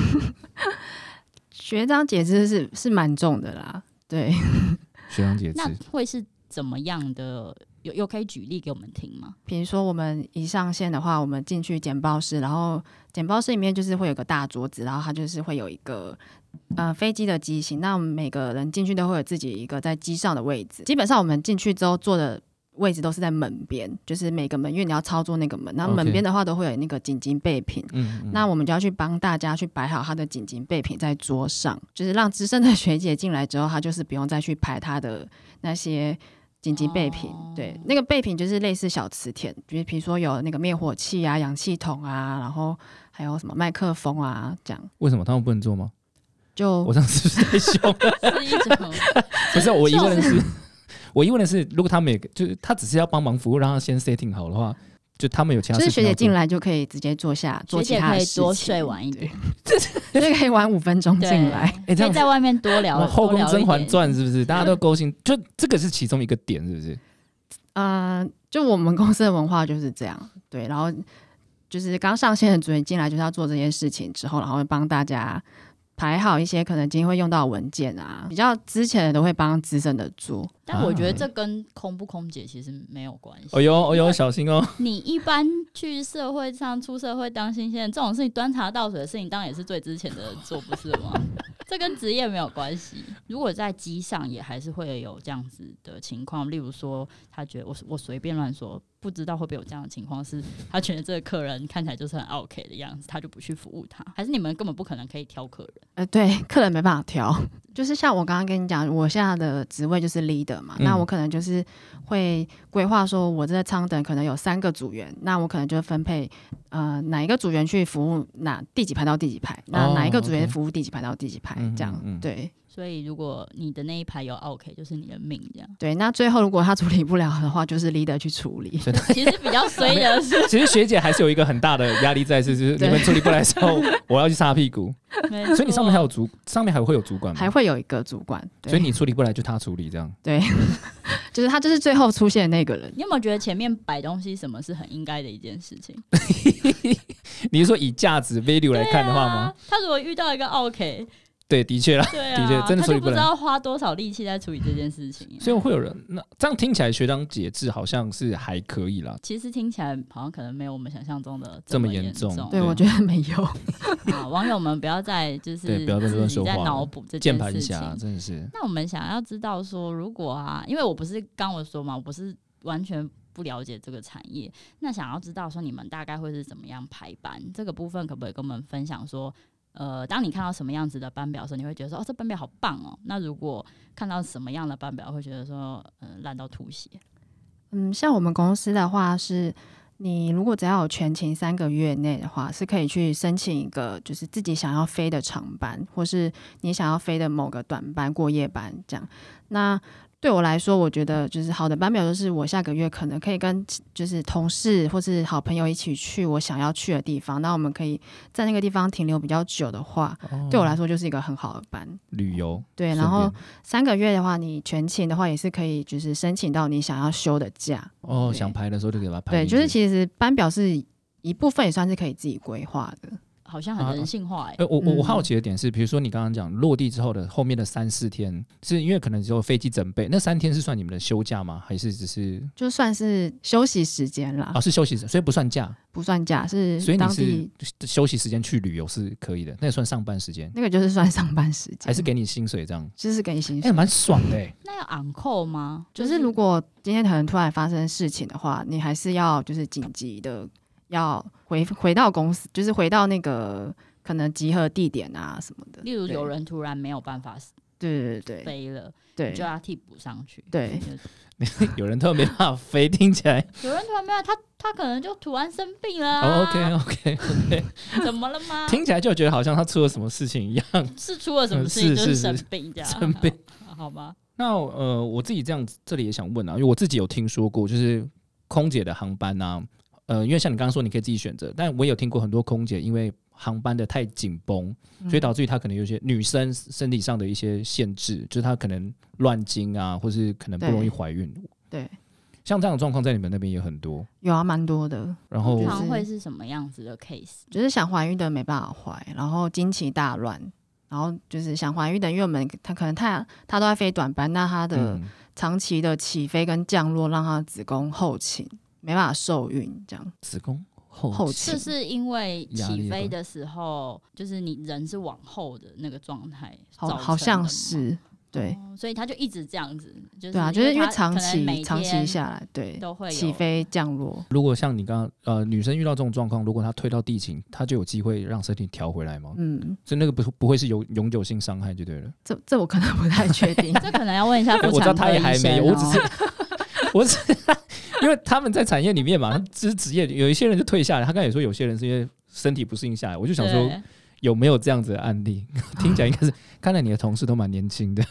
S1: 学长姐制是是蛮重的啦，对，
S2: 学长姐制
S3: 那会是怎么样的？有有可以举例给我们听吗？
S1: 比如说我们一上线的话，我们进去简报室，然后简报室里面就是会有个大桌子，然后它就是会有一个呃飞机的机型。那我们每个人进去都会有自己一个在机上的位置。基本上我们进去之后坐的位置都是在门边，就是每个门，因为你要操作那个门。那
S2: OK
S1: 门边的话都会有那个紧急备品。
S2: 嗯，嗯
S1: 那我们就要去帮大家去摆好他的紧急备品在桌上， 就是让资深的学姐进来之后，她就是不用再去排她的那些紧急备品。
S3: 哦
S1: 对，那个备品就是类似小磁铁，就是比如说有那个灭火器啊、氧气筒啊，然后还有什么麦克风啊，这样
S2: 为什么他们不能做吗？
S1: 就
S2: 我上次是太凶了，
S3: 是一
S2: 哎
S3: 种
S2: 不是我疑问的是，我疑问的是，如果他们也就是他只是要帮忙服务，让他先 setting 好的话，就他们有其他
S1: 就是
S2: 事
S1: 学
S2: 情要
S1: 姐
S2: 做
S1: 进来就可以直接坐下做
S3: 学
S1: 其
S3: 姐
S1: 他
S3: 可
S1: 的
S3: 以
S1: 事情，
S3: 多睡晚一点，
S1: 就是可以晚五分钟
S3: 对，
S1: 进来。
S2: 哎这
S3: 可
S2: 样
S3: 以
S2: 子
S3: 在外面多聊
S2: 哇， 后
S3: 多
S2: 宫
S3: 聊一
S2: 《甄嬛
S3: 点
S2: 传》是不是？大家都勾心，就这个是其中一个点，是不是？
S1: 嗯，就我们公司的文化就是这样，对。然后就是刚上线的主任进来，就是要做这些事情之后，然后会帮大家排好一些可能今天会用到的文件啊，比较之前的都会帮资深的做。
S3: 但我觉得这跟空不空姐其实没有关系。
S2: 啊哦呦哦呦，小心哦！
S3: 你一般去社会上出社会当新鲜人，这种事情端茶倒水的事情，当然也是最之前的人做，不是 吗？这跟职业没有关系。如果在机上也还是会有这样子的情况，例如说，他觉得我我随便乱说，不知道会不会有这样的情况，是他觉得这个客人看起来就是很 OK 的样子，他就不去服务他，还是你们根本不可能可以挑客人？
S1: 呃，对， 客人没办法挑，就是像我刚刚跟你讲，我现在的职位就是 leader 嘛，
S2: 嗯
S1: 那我可能就是会规划说，我这个舱等可能有三个组员，那我可能就分配呃哪一个组员去服务哪第几排到第几排，那
S2: 哦
S1: 哪一个组员
S2: OK
S1: 服务第几排到第几排，
S2: 嗯
S1: 这样
S2: 嗯嗯
S1: 对。
S3: 所以如果你的那一排有 OK，就是你的命这样。
S1: 对，那最后如果他处理不了的话，就是 leader 去处理。
S3: 其实比较衰的是，
S2: 其实学姐还是有一个很大的压力在，是就是你
S1: 对
S2: 们处理不来的时 候，我要去擦屁股。
S3: 没
S2: 所以你上面还
S3: 错
S2: 有主，上面还会有主管
S1: 哦
S2: 吗
S1: 还？会有一个主管，对
S2: 所以你处理不来就他处理这样。
S1: 对，就是他就是最后出现的那个人。
S3: 你有没有觉得前面摆东西什么是很应该的一件事情？
S2: 你是说以价值 value 来看的话
S3: 对
S2: 吗
S3: 啊？？他如果遇到一个 OK，
S2: 对，的确啦。
S3: 对
S2: 的
S3: 啊，
S2: 确真的
S3: 他
S2: 处理不
S3: 就不知
S2: 来
S3: 道花多少力气在处理这件事情。
S2: 所以会有人那这样听起来，学长姐制好像是还可以啦。
S3: 其实听起来好像可能没有我们想象中的
S2: 这么
S3: 么
S2: 严
S3: 严
S2: 重
S1: 对，
S2: 对
S1: 我觉得没有。
S3: 啊，网友们不要再就是
S2: 对不要再
S3: 自
S2: 乱
S3: 己
S2: 说
S3: 在
S2: 话了
S3: 脑补这
S2: 键
S3: 件
S2: 盘啊
S3: 事
S2: 侠
S3: 情。
S2: 真的是，
S3: 那我们想要知道说，如果啊，因为我不是刚我说嘛，我不是完全不了解这个产业，那想要知道说你们大概会是怎么样排班这个部分，可不可以跟我们分享说？呃，当你看到什么样子的班表的时候，你会觉得说，哦，这班表好棒哦。那如果看到什么样的班表，会觉得说，嗯、烂到吐血。
S1: 嗯，像我们公司的话是，你如果只要有全勤三个月内的话，是可以去申请一个就是自己想要飞的长班，或是你想要飞的某个短班、过夜班这样。那对我来说，我觉得就是好的班表，就是我下个月可能可以跟就是同事或是好朋友一起去我想要去的地方，那我们可以在那个地方停留比较久的话，对我来说就是一个很好的班。
S2: 旅游
S1: 对，然后三个月的话，你全勤的话也是可以，就是申请到你想要休的假。
S2: 哦，
S1: 对
S2: 想排的时候就给他排进
S1: 对，
S2: 去。
S1: 就是其实班表是一部分，也算是可以自己规划的。
S3: 好像很人性化哎、
S2: 呃，我我
S1: 嗯
S2: 我好奇的点是，比如说你刚刚讲落地之后的后面的三四天，是因为可能只有飞机准备，那三天是算你们的休假吗？还是只是
S1: 就算是休息时间啦，
S2: 啊是休息时，所以不算假，
S1: 不算假，是
S2: 所以
S1: 当
S2: 你
S1: 地
S2: 是休息时间去旅游是可以的，那也算上班时间，
S1: 那个就是算上班时间，
S2: 还是给你薪水这样？
S1: 就是给薪
S2: 哎，
S1: 水。
S2: 蛮爽的欸，
S3: 那要 on call 吗？
S1: 就是如果今天可能突然发生事情的话，你还是要就是紧急的要回回到公司，就是回到那个可能集合地点啊什么的。
S3: 例如
S1: 对
S3: 有人突然没有办法
S1: 对对对
S3: 飞了，
S1: 对
S3: 你就
S1: 对，
S3: 要替补上去。
S1: 对
S3: 就
S2: 有人特别怕飞，听起来
S3: 有人突然没有，他他可能就突然生病了、啊
S2: 哦 OK OK，
S3: 怎么了吗？
S2: 听起来就觉得好像他出了什么事情一样。
S3: 是出了什
S1: 呃
S3: 么事情，
S2: 是
S3: 就是
S2: 是
S3: 生病这样，
S2: 生病
S3: 好好好吗？
S2: 那呃，我自己这样子，这里也想问啊，因为我自己有听说过，就是空姐的航班啊，呃，因为像你刚刚说，你可以自己选择，但我有听过很多空姐因为航班的太紧绷，
S1: 嗯
S2: 所以导致于她可能有些女生身体上的一些限制，就是她可能乱经啊，或是可能不容易
S1: 对
S2: 怀孕。
S1: 对，
S2: 像这样的状况在你们那边也很多。
S1: 有啊，蛮多的，
S2: 然后
S3: 通
S1: 就
S3: 常
S1: 是
S3: 会是什么样子的 case？
S1: 就是想怀孕的没办法怀，然后经期大乱。然后就是想怀孕的，因为我们她可能她她都在飞短班，那她的
S2: 嗯，
S1: 长期的起飞跟降落让她的子宫后倾，没办法受孕，这样
S2: 子宫后
S1: 后
S2: 期
S1: 倾
S3: 这哦是因为
S2: 压力
S3: 起
S2: 吧
S3: 飞的时候，就是你人是往后的那个状态造
S1: 好
S3: 成的吗，
S1: 好像是对
S3: 哦，所以他就一直这样子，就是
S1: 对啊，就是因为
S3: 他
S1: 长
S3: 可能每
S1: 期长期
S3: 天
S1: 下来，对
S3: 都会有，
S1: 起飞降落，
S2: 如果像你刚刚呃女生遇到这种状况，如果她推到地勤，她就有机会让身体调回来吗？
S1: 嗯，
S2: 所以那个不不会是永永久性伤害就对了。
S1: 这这我可能不太确定
S3: 这可能要问一下妇
S2: 我知道
S3: 产
S2: 他
S3: 科
S2: 也
S3: 医
S2: 还没
S3: 生
S2: 有，
S3: 哦。
S2: 我只是 我只是因为他们在产业里面嘛，只是职业有一些人就退下来。他刚才也说有些人是因为身体不适应下来，我就想说
S3: 对
S2: 有没有这样子的案例？ 听起来应该是，看来你的同事都蛮年轻的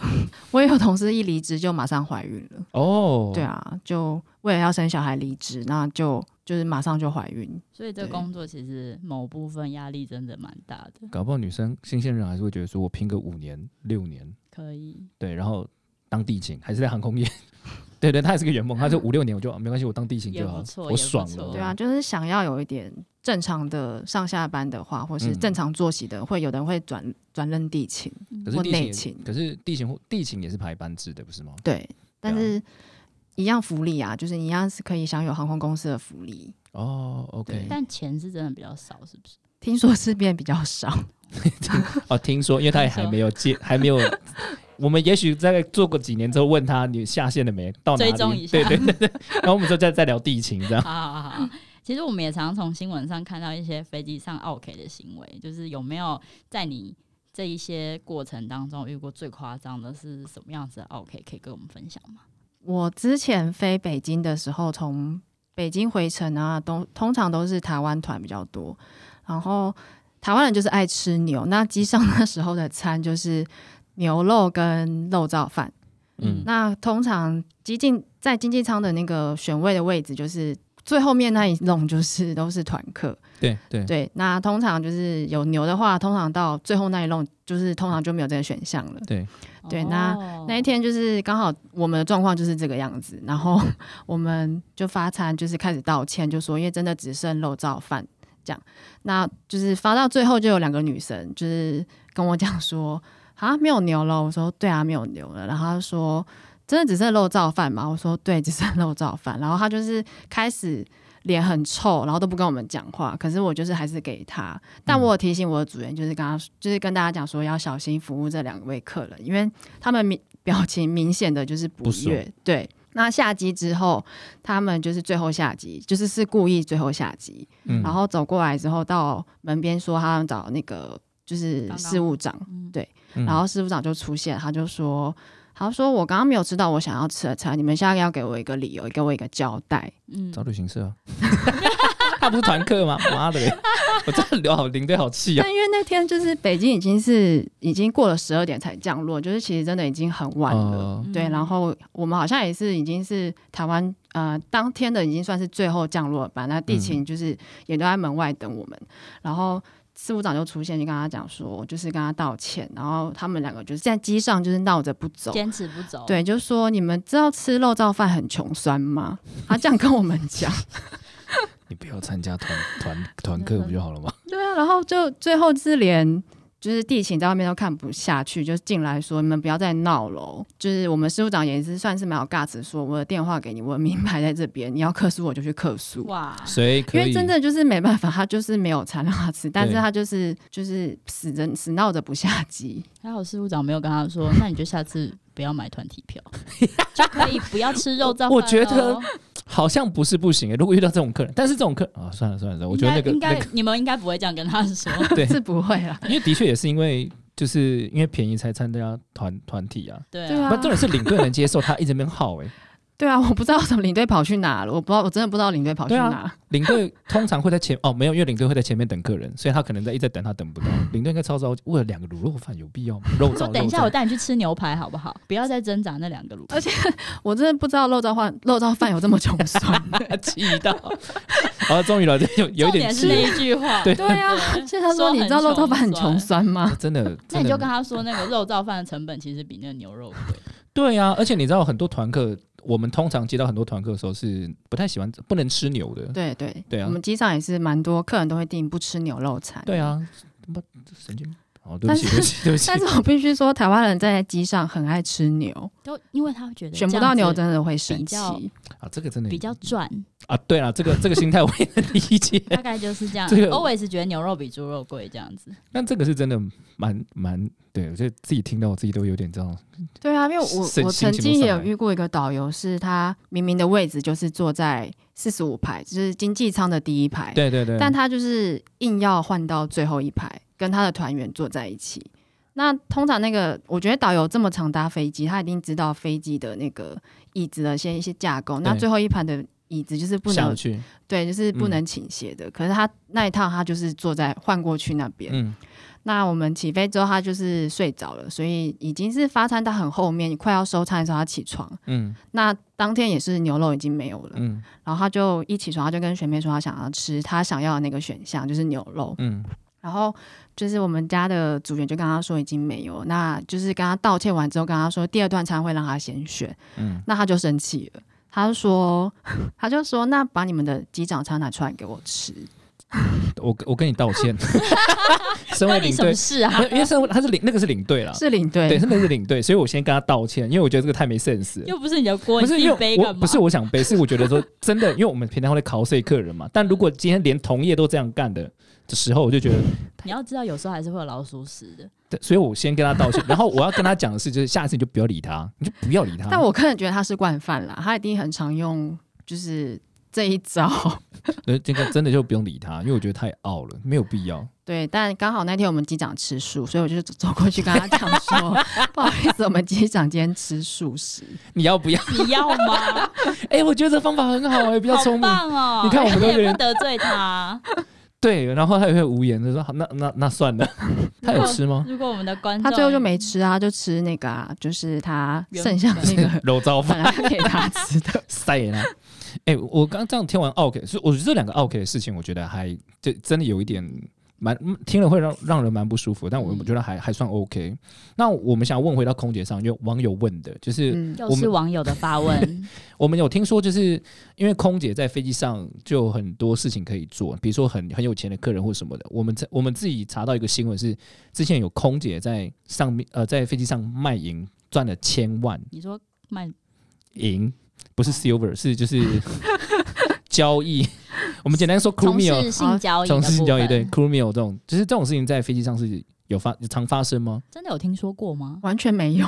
S1: 我也有同事一离职就马上怀孕了，
S2: 哦。
S1: 对，啊，就为了要生小孩离职，那就就是马上就怀孕，
S3: 所以这
S1: 对
S3: 工作其实某部分压力真的蛮大的。
S2: 搞不好女生新鲜人还是会觉得说我拼个五年六年，
S3: 可以，
S2: 对，然后当地勤还是在航空业。 对对，他也是个圆梦，他就五六年我就啊没关系，我当地勤就
S3: 也
S2: 好
S3: 不错，
S2: 我爽
S3: 也不
S2: 了。
S3: 错
S1: 对啊，，就是想要有一点正常的上下班的话，或是
S2: 嗯
S1: 正常作息的，会有的人会转转任地勤，
S2: 可是
S1: 或
S2: 地
S1: 内
S2: 勤也，
S1: 勤
S2: 可是地勤地勤也是排班制的，不是吗？
S1: 对，但
S2: 对啊
S1: 是一样福利啊，就是你一样是可以享有航空公司的福利，
S2: 哦，OK，
S1: 对
S3: 但钱是真的比较少，是不是？
S1: 听说是变比较少。
S2: 哦，听说，因为他也还没 有接，还没有。我们也许在做过几年之后，问他你下线了没，到哪
S3: 追踪
S2: 里？
S3: 一下
S2: 对对对 对。然后我们就再再聊地勤这样。
S3: 好好好好。其实我们也常常从新闻上看到一些飞机上 OK 的行为，就是有没有在你这一些过程当中遇过最夸张的是什么样子的 OK？可以跟我们分享吗？
S1: 我之前飞北京的时候，从北京回程啊，都通常都是台湾团比较多，然后台湾人就是爱吃牛，那机上那时候的餐就是牛肉跟肉燥饭。
S2: 嗯，
S1: 那通常激进在经济舱的那个选位的位置，就是最后面那一弄，就是都是团客。
S2: 对对。
S1: 对，那通常就是有牛的话，通常到最后那一弄，就是通常就没有这个选项了。对那
S3: 哦
S1: 那一天就是刚好我们的状况就是这个样子，然后 我们就发餐，就是开始道歉，就说因为真的只剩肉燥饭这样，那就是发到最后就有两个女生就是跟我讲说啊没有牛了，我说对啊没有牛了，然后她说真的只剩肉燥饭嘛，我说对只剩肉燥饭，然后她就是开始。脸很臭，然后都不跟我们讲话。可是我就是还是给她，但我有提醒我的组员，就是跟他，就是跟大家讲说要小心服务这两位客人，因为他们明表情明显的就是不
S2: 不爽
S1: 悦。对，那下机之后，他们就是最后下机，就是是故意最后下机，
S2: 嗯
S1: 然后走过来之后到门边说他要找那个就是
S3: 刚刚
S1: 事务长，
S3: 嗯
S1: 对
S2: 嗯
S1: 然后事务长就出现，他就说。他说：“我刚刚没有吃到我想要吃的菜，你们现在要给我一个理由，给我一个交代。
S3: 嗯
S2: 找旅行社啊， 他不是团客吗？妈的嘞！ 我真的流好领队好气啊
S1: 但！因为那天就是北京已经是已经过了十二点才降落，就是其实真的已经很晚了。
S2: 呃，
S1: 对，然后我们好像也是已经是台湾呃当天的已经算是最后降落班，那地勤就是也都在门外等我们，然后。事务长就出现，就跟他讲说，就是跟他道歉，然后他们两个就是在机上就是闹着不走，
S3: 坚持不走，
S1: 对，就说你们知道吃肉燥饭很穷酸吗？他这样跟我们讲，
S2: 你不要参加团团团客不就好了 吗？
S1: 对啊，然后就最后是连就是地勤在外面都看不下去，就进来说你们不要再闹了哦。就是我们事务长也是算是蛮有尬词，说我的电话给你，我的名牌在这边，你要客诉我就去客诉。
S3: 哇，
S2: 谁
S1: 因
S2: 可以？
S1: 为真的就是没办法，他就是没有餐让他吃，但是
S2: 对
S1: 他就是就是死着死闹着不下机。
S3: 还好事务长没有跟他说，那你就下次不要买团体票，就可以不要吃肉哦燥饭咯。
S2: 我觉得好像不是不行欸如果遇到这种客人，但是这种客啊，算了算了算了，我觉得那个
S3: 应
S2: 那
S3: 该
S2: 个
S3: 应该你们应该不会这样跟他说，
S2: 对，
S1: 是不会啦，
S2: 因为的确也是因为就是因为便宜才参加团团体啊。
S3: 对
S1: 对
S3: 啊，
S1: 啊
S2: 不，重点是领队能接受，他一直没好哎、
S1: 对啊，我不知道什么领队跑去哪了，我不知道，我真的不知道领队跑去
S2: 对啊
S1: 哪。
S2: 领队通常会在前哦，没有，因为领队会在前面等客人，所以他可能在一直在等，他等不到。领队应该超着急，为了两个卤肉饭有必要吗？肉
S3: 说
S2: 燥，
S3: 等一
S2: 肉
S3: 下，
S2: 燥
S3: 我带你去吃牛排好不好？不要再挣扎那两个卤。而且
S1: 我真的不知道肉燥饭肉燥饭有这么穷 酸。
S2: 气到， 好，终于了，这有有一
S3: 重
S2: 点
S3: 点是
S2: 气
S3: 那
S2: 了，
S3: 一句话，
S2: 对
S1: 对啊，所以他说你知道肉燥饭很穷酸吗？
S2: 啊真的，
S3: 那
S2: 真
S3: 你
S2: 的
S3: 就跟他说，那个肉燥饭的成本其实比那个牛肉贵。
S2: 对啊。而且你知道，很多团客，我们通常接到很多团客的时候是不太喜欢不能吃牛的，
S1: 对对
S2: 对啊
S1: 我们机上也是蛮多客人都会订不吃牛肉餐。
S2: 对啊，他妈神经。哦，对不起，对
S1: 但
S2: 不起，对不起
S1: 但。是我必须说，台湾人在机上很爱吃牛，
S3: 都因为他会觉得
S1: 选不
S3: 这样
S1: 到
S3: 子
S1: 牛真的会生
S3: 比
S1: 气。
S3: 较
S2: 啊，这个真的
S3: 比较赚，
S2: 啊，对啊，这个这个心态我也能理解。
S3: 大概就 是这样。
S2: 这个
S3: always 觉得牛肉比猪肉贵这样 子，
S2: 但这个是真的蛮蛮，对我觉得自己听到我自己都有点这
S3: 哎
S2: 样。
S1: 对啊，因为我
S2: 身
S1: 我
S2: 心
S1: 曾
S2: 情
S1: 经
S2: 都
S1: 也
S2: 上
S1: 有
S2: 来
S1: 遇过一个导游，是他明明的位置就是坐在四十五排，就是经济舱的第一排，
S2: 对对对，
S1: 但他就是硬要换到最后一排，跟他的团员坐在一起。那通常那个，我觉得导游这么常搭飞机，他一定知道飞机的那个椅子的先一些架构。那
S2: 对
S1: 最后一排的椅子就是不
S2: 下
S1: 能
S2: 不去，
S1: 对，就是不
S2: 嗯
S1: 能倾斜的。可是他那一趟他就是坐在换过去那边，
S2: 嗯，
S1: 那我们起飞之后，他就是睡着了，所以已经是发餐到很后面，快要收餐的时候，他起床。
S2: 嗯
S1: 那当天也是牛肉已经没有了，
S2: 嗯
S1: 然后他就一起床，他就跟学妹说他想要吃他想要的那个选项，就是牛肉。
S2: 嗯，
S1: 然后就是我们家的组员就跟他说已经没有，那就是跟他道歉完之后，跟他说第二段餐会让他先选，
S2: 嗯
S1: 那他就生气了。他就说， 他就说，那把你们的机长餐拿出来给我吃。
S2: 我跟我跟你道 歉，身为
S3: 关你
S2: 领
S3: 什么
S2: 队，
S3: 事啊？
S2: 不
S3: 哎
S2: 是因为身为他是领那个是领队啦，
S1: 是领队，
S2: 啊对，那个是领队，所以我先跟他道歉，因为我觉得这个太没 sense 了。
S3: 又不是你的锅，
S2: 不
S3: 你
S2: 是
S3: 自
S2: 因
S3: 己
S2: 为
S3: 背
S2: 我
S3: 干嘛？
S2: 不是我想背，是我觉得说真的，因为我们平常会考碎客人嘛。但如果今天连同业都这样干的的时候，我就觉得
S3: 你要知道，有时候还是会有老鼠屎的。
S2: 对，所以我先跟他 道歉，然后我要跟他讲的是，就是下次你就不要理他，你就不要理他。
S1: 但我个人觉得他是惯犯啦，他一定很常用，就是这一招。
S2: 呃这个真的就不用理他，因为我觉得太傲了，没有 必要。
S1: 对，但刚好那天我们机长吃素，所以我就走过去跟他讲 说：“不好意思，我们机长今天吃素食。
S2: 你要不要？
S3: 你要 吗？
S2: 哎、我觉得这方法很好、哎，比较
S3: 好
S2: 聪明。
S3: 棒哦！
S2: 你看我们 都
S3: 而且
S2: 有
S3: 也
S2: 点
S3: 不得罪他。
S2: 对，然后他也会无言的说：“好，那那那 算了。”他有吃吗？
S3: 如果我们的观”众，
S1: 他最后就没吃啊，就吃那个啊，就是他剩下的那 个
S2: 肉燥饭
S1: 本来给他吃的。
S2: 塞了。哎、我刚这样听完 OK，所以我觉得这两个 OK 的事情，我觉得还这真的有一点蛮嗯听了会让让人蛮不舒服，但我
S3: 嗯
S2: 我觉得还还算 OK。那我们想问回到空姐上，因为网友问的，就是
S1: 嗯，
S3: 又是网友的发问，
S2: 我们有听说，就是因为空姐在飞机上就有很多事情可以做，比如说很很有钱的客人或什么的。我们在我们自己查到一个新闻是，之前有空姐在上面呃在飞机上卖淫赚了千万
S3: 你说 卖
S2: 银，不
S3: 哦
S2: 是 silver，是就是 交易。我们简单说 crew
S3: 从
S2: meal，
S3: 事性交易的
S2: 哦从
S3: 部分，
S2: 事性交易对 crew meal 这种，就是这种事情在飞机上是有发有常发生吗？
S3: 真的有听说过吗？
S1: 完全没 有。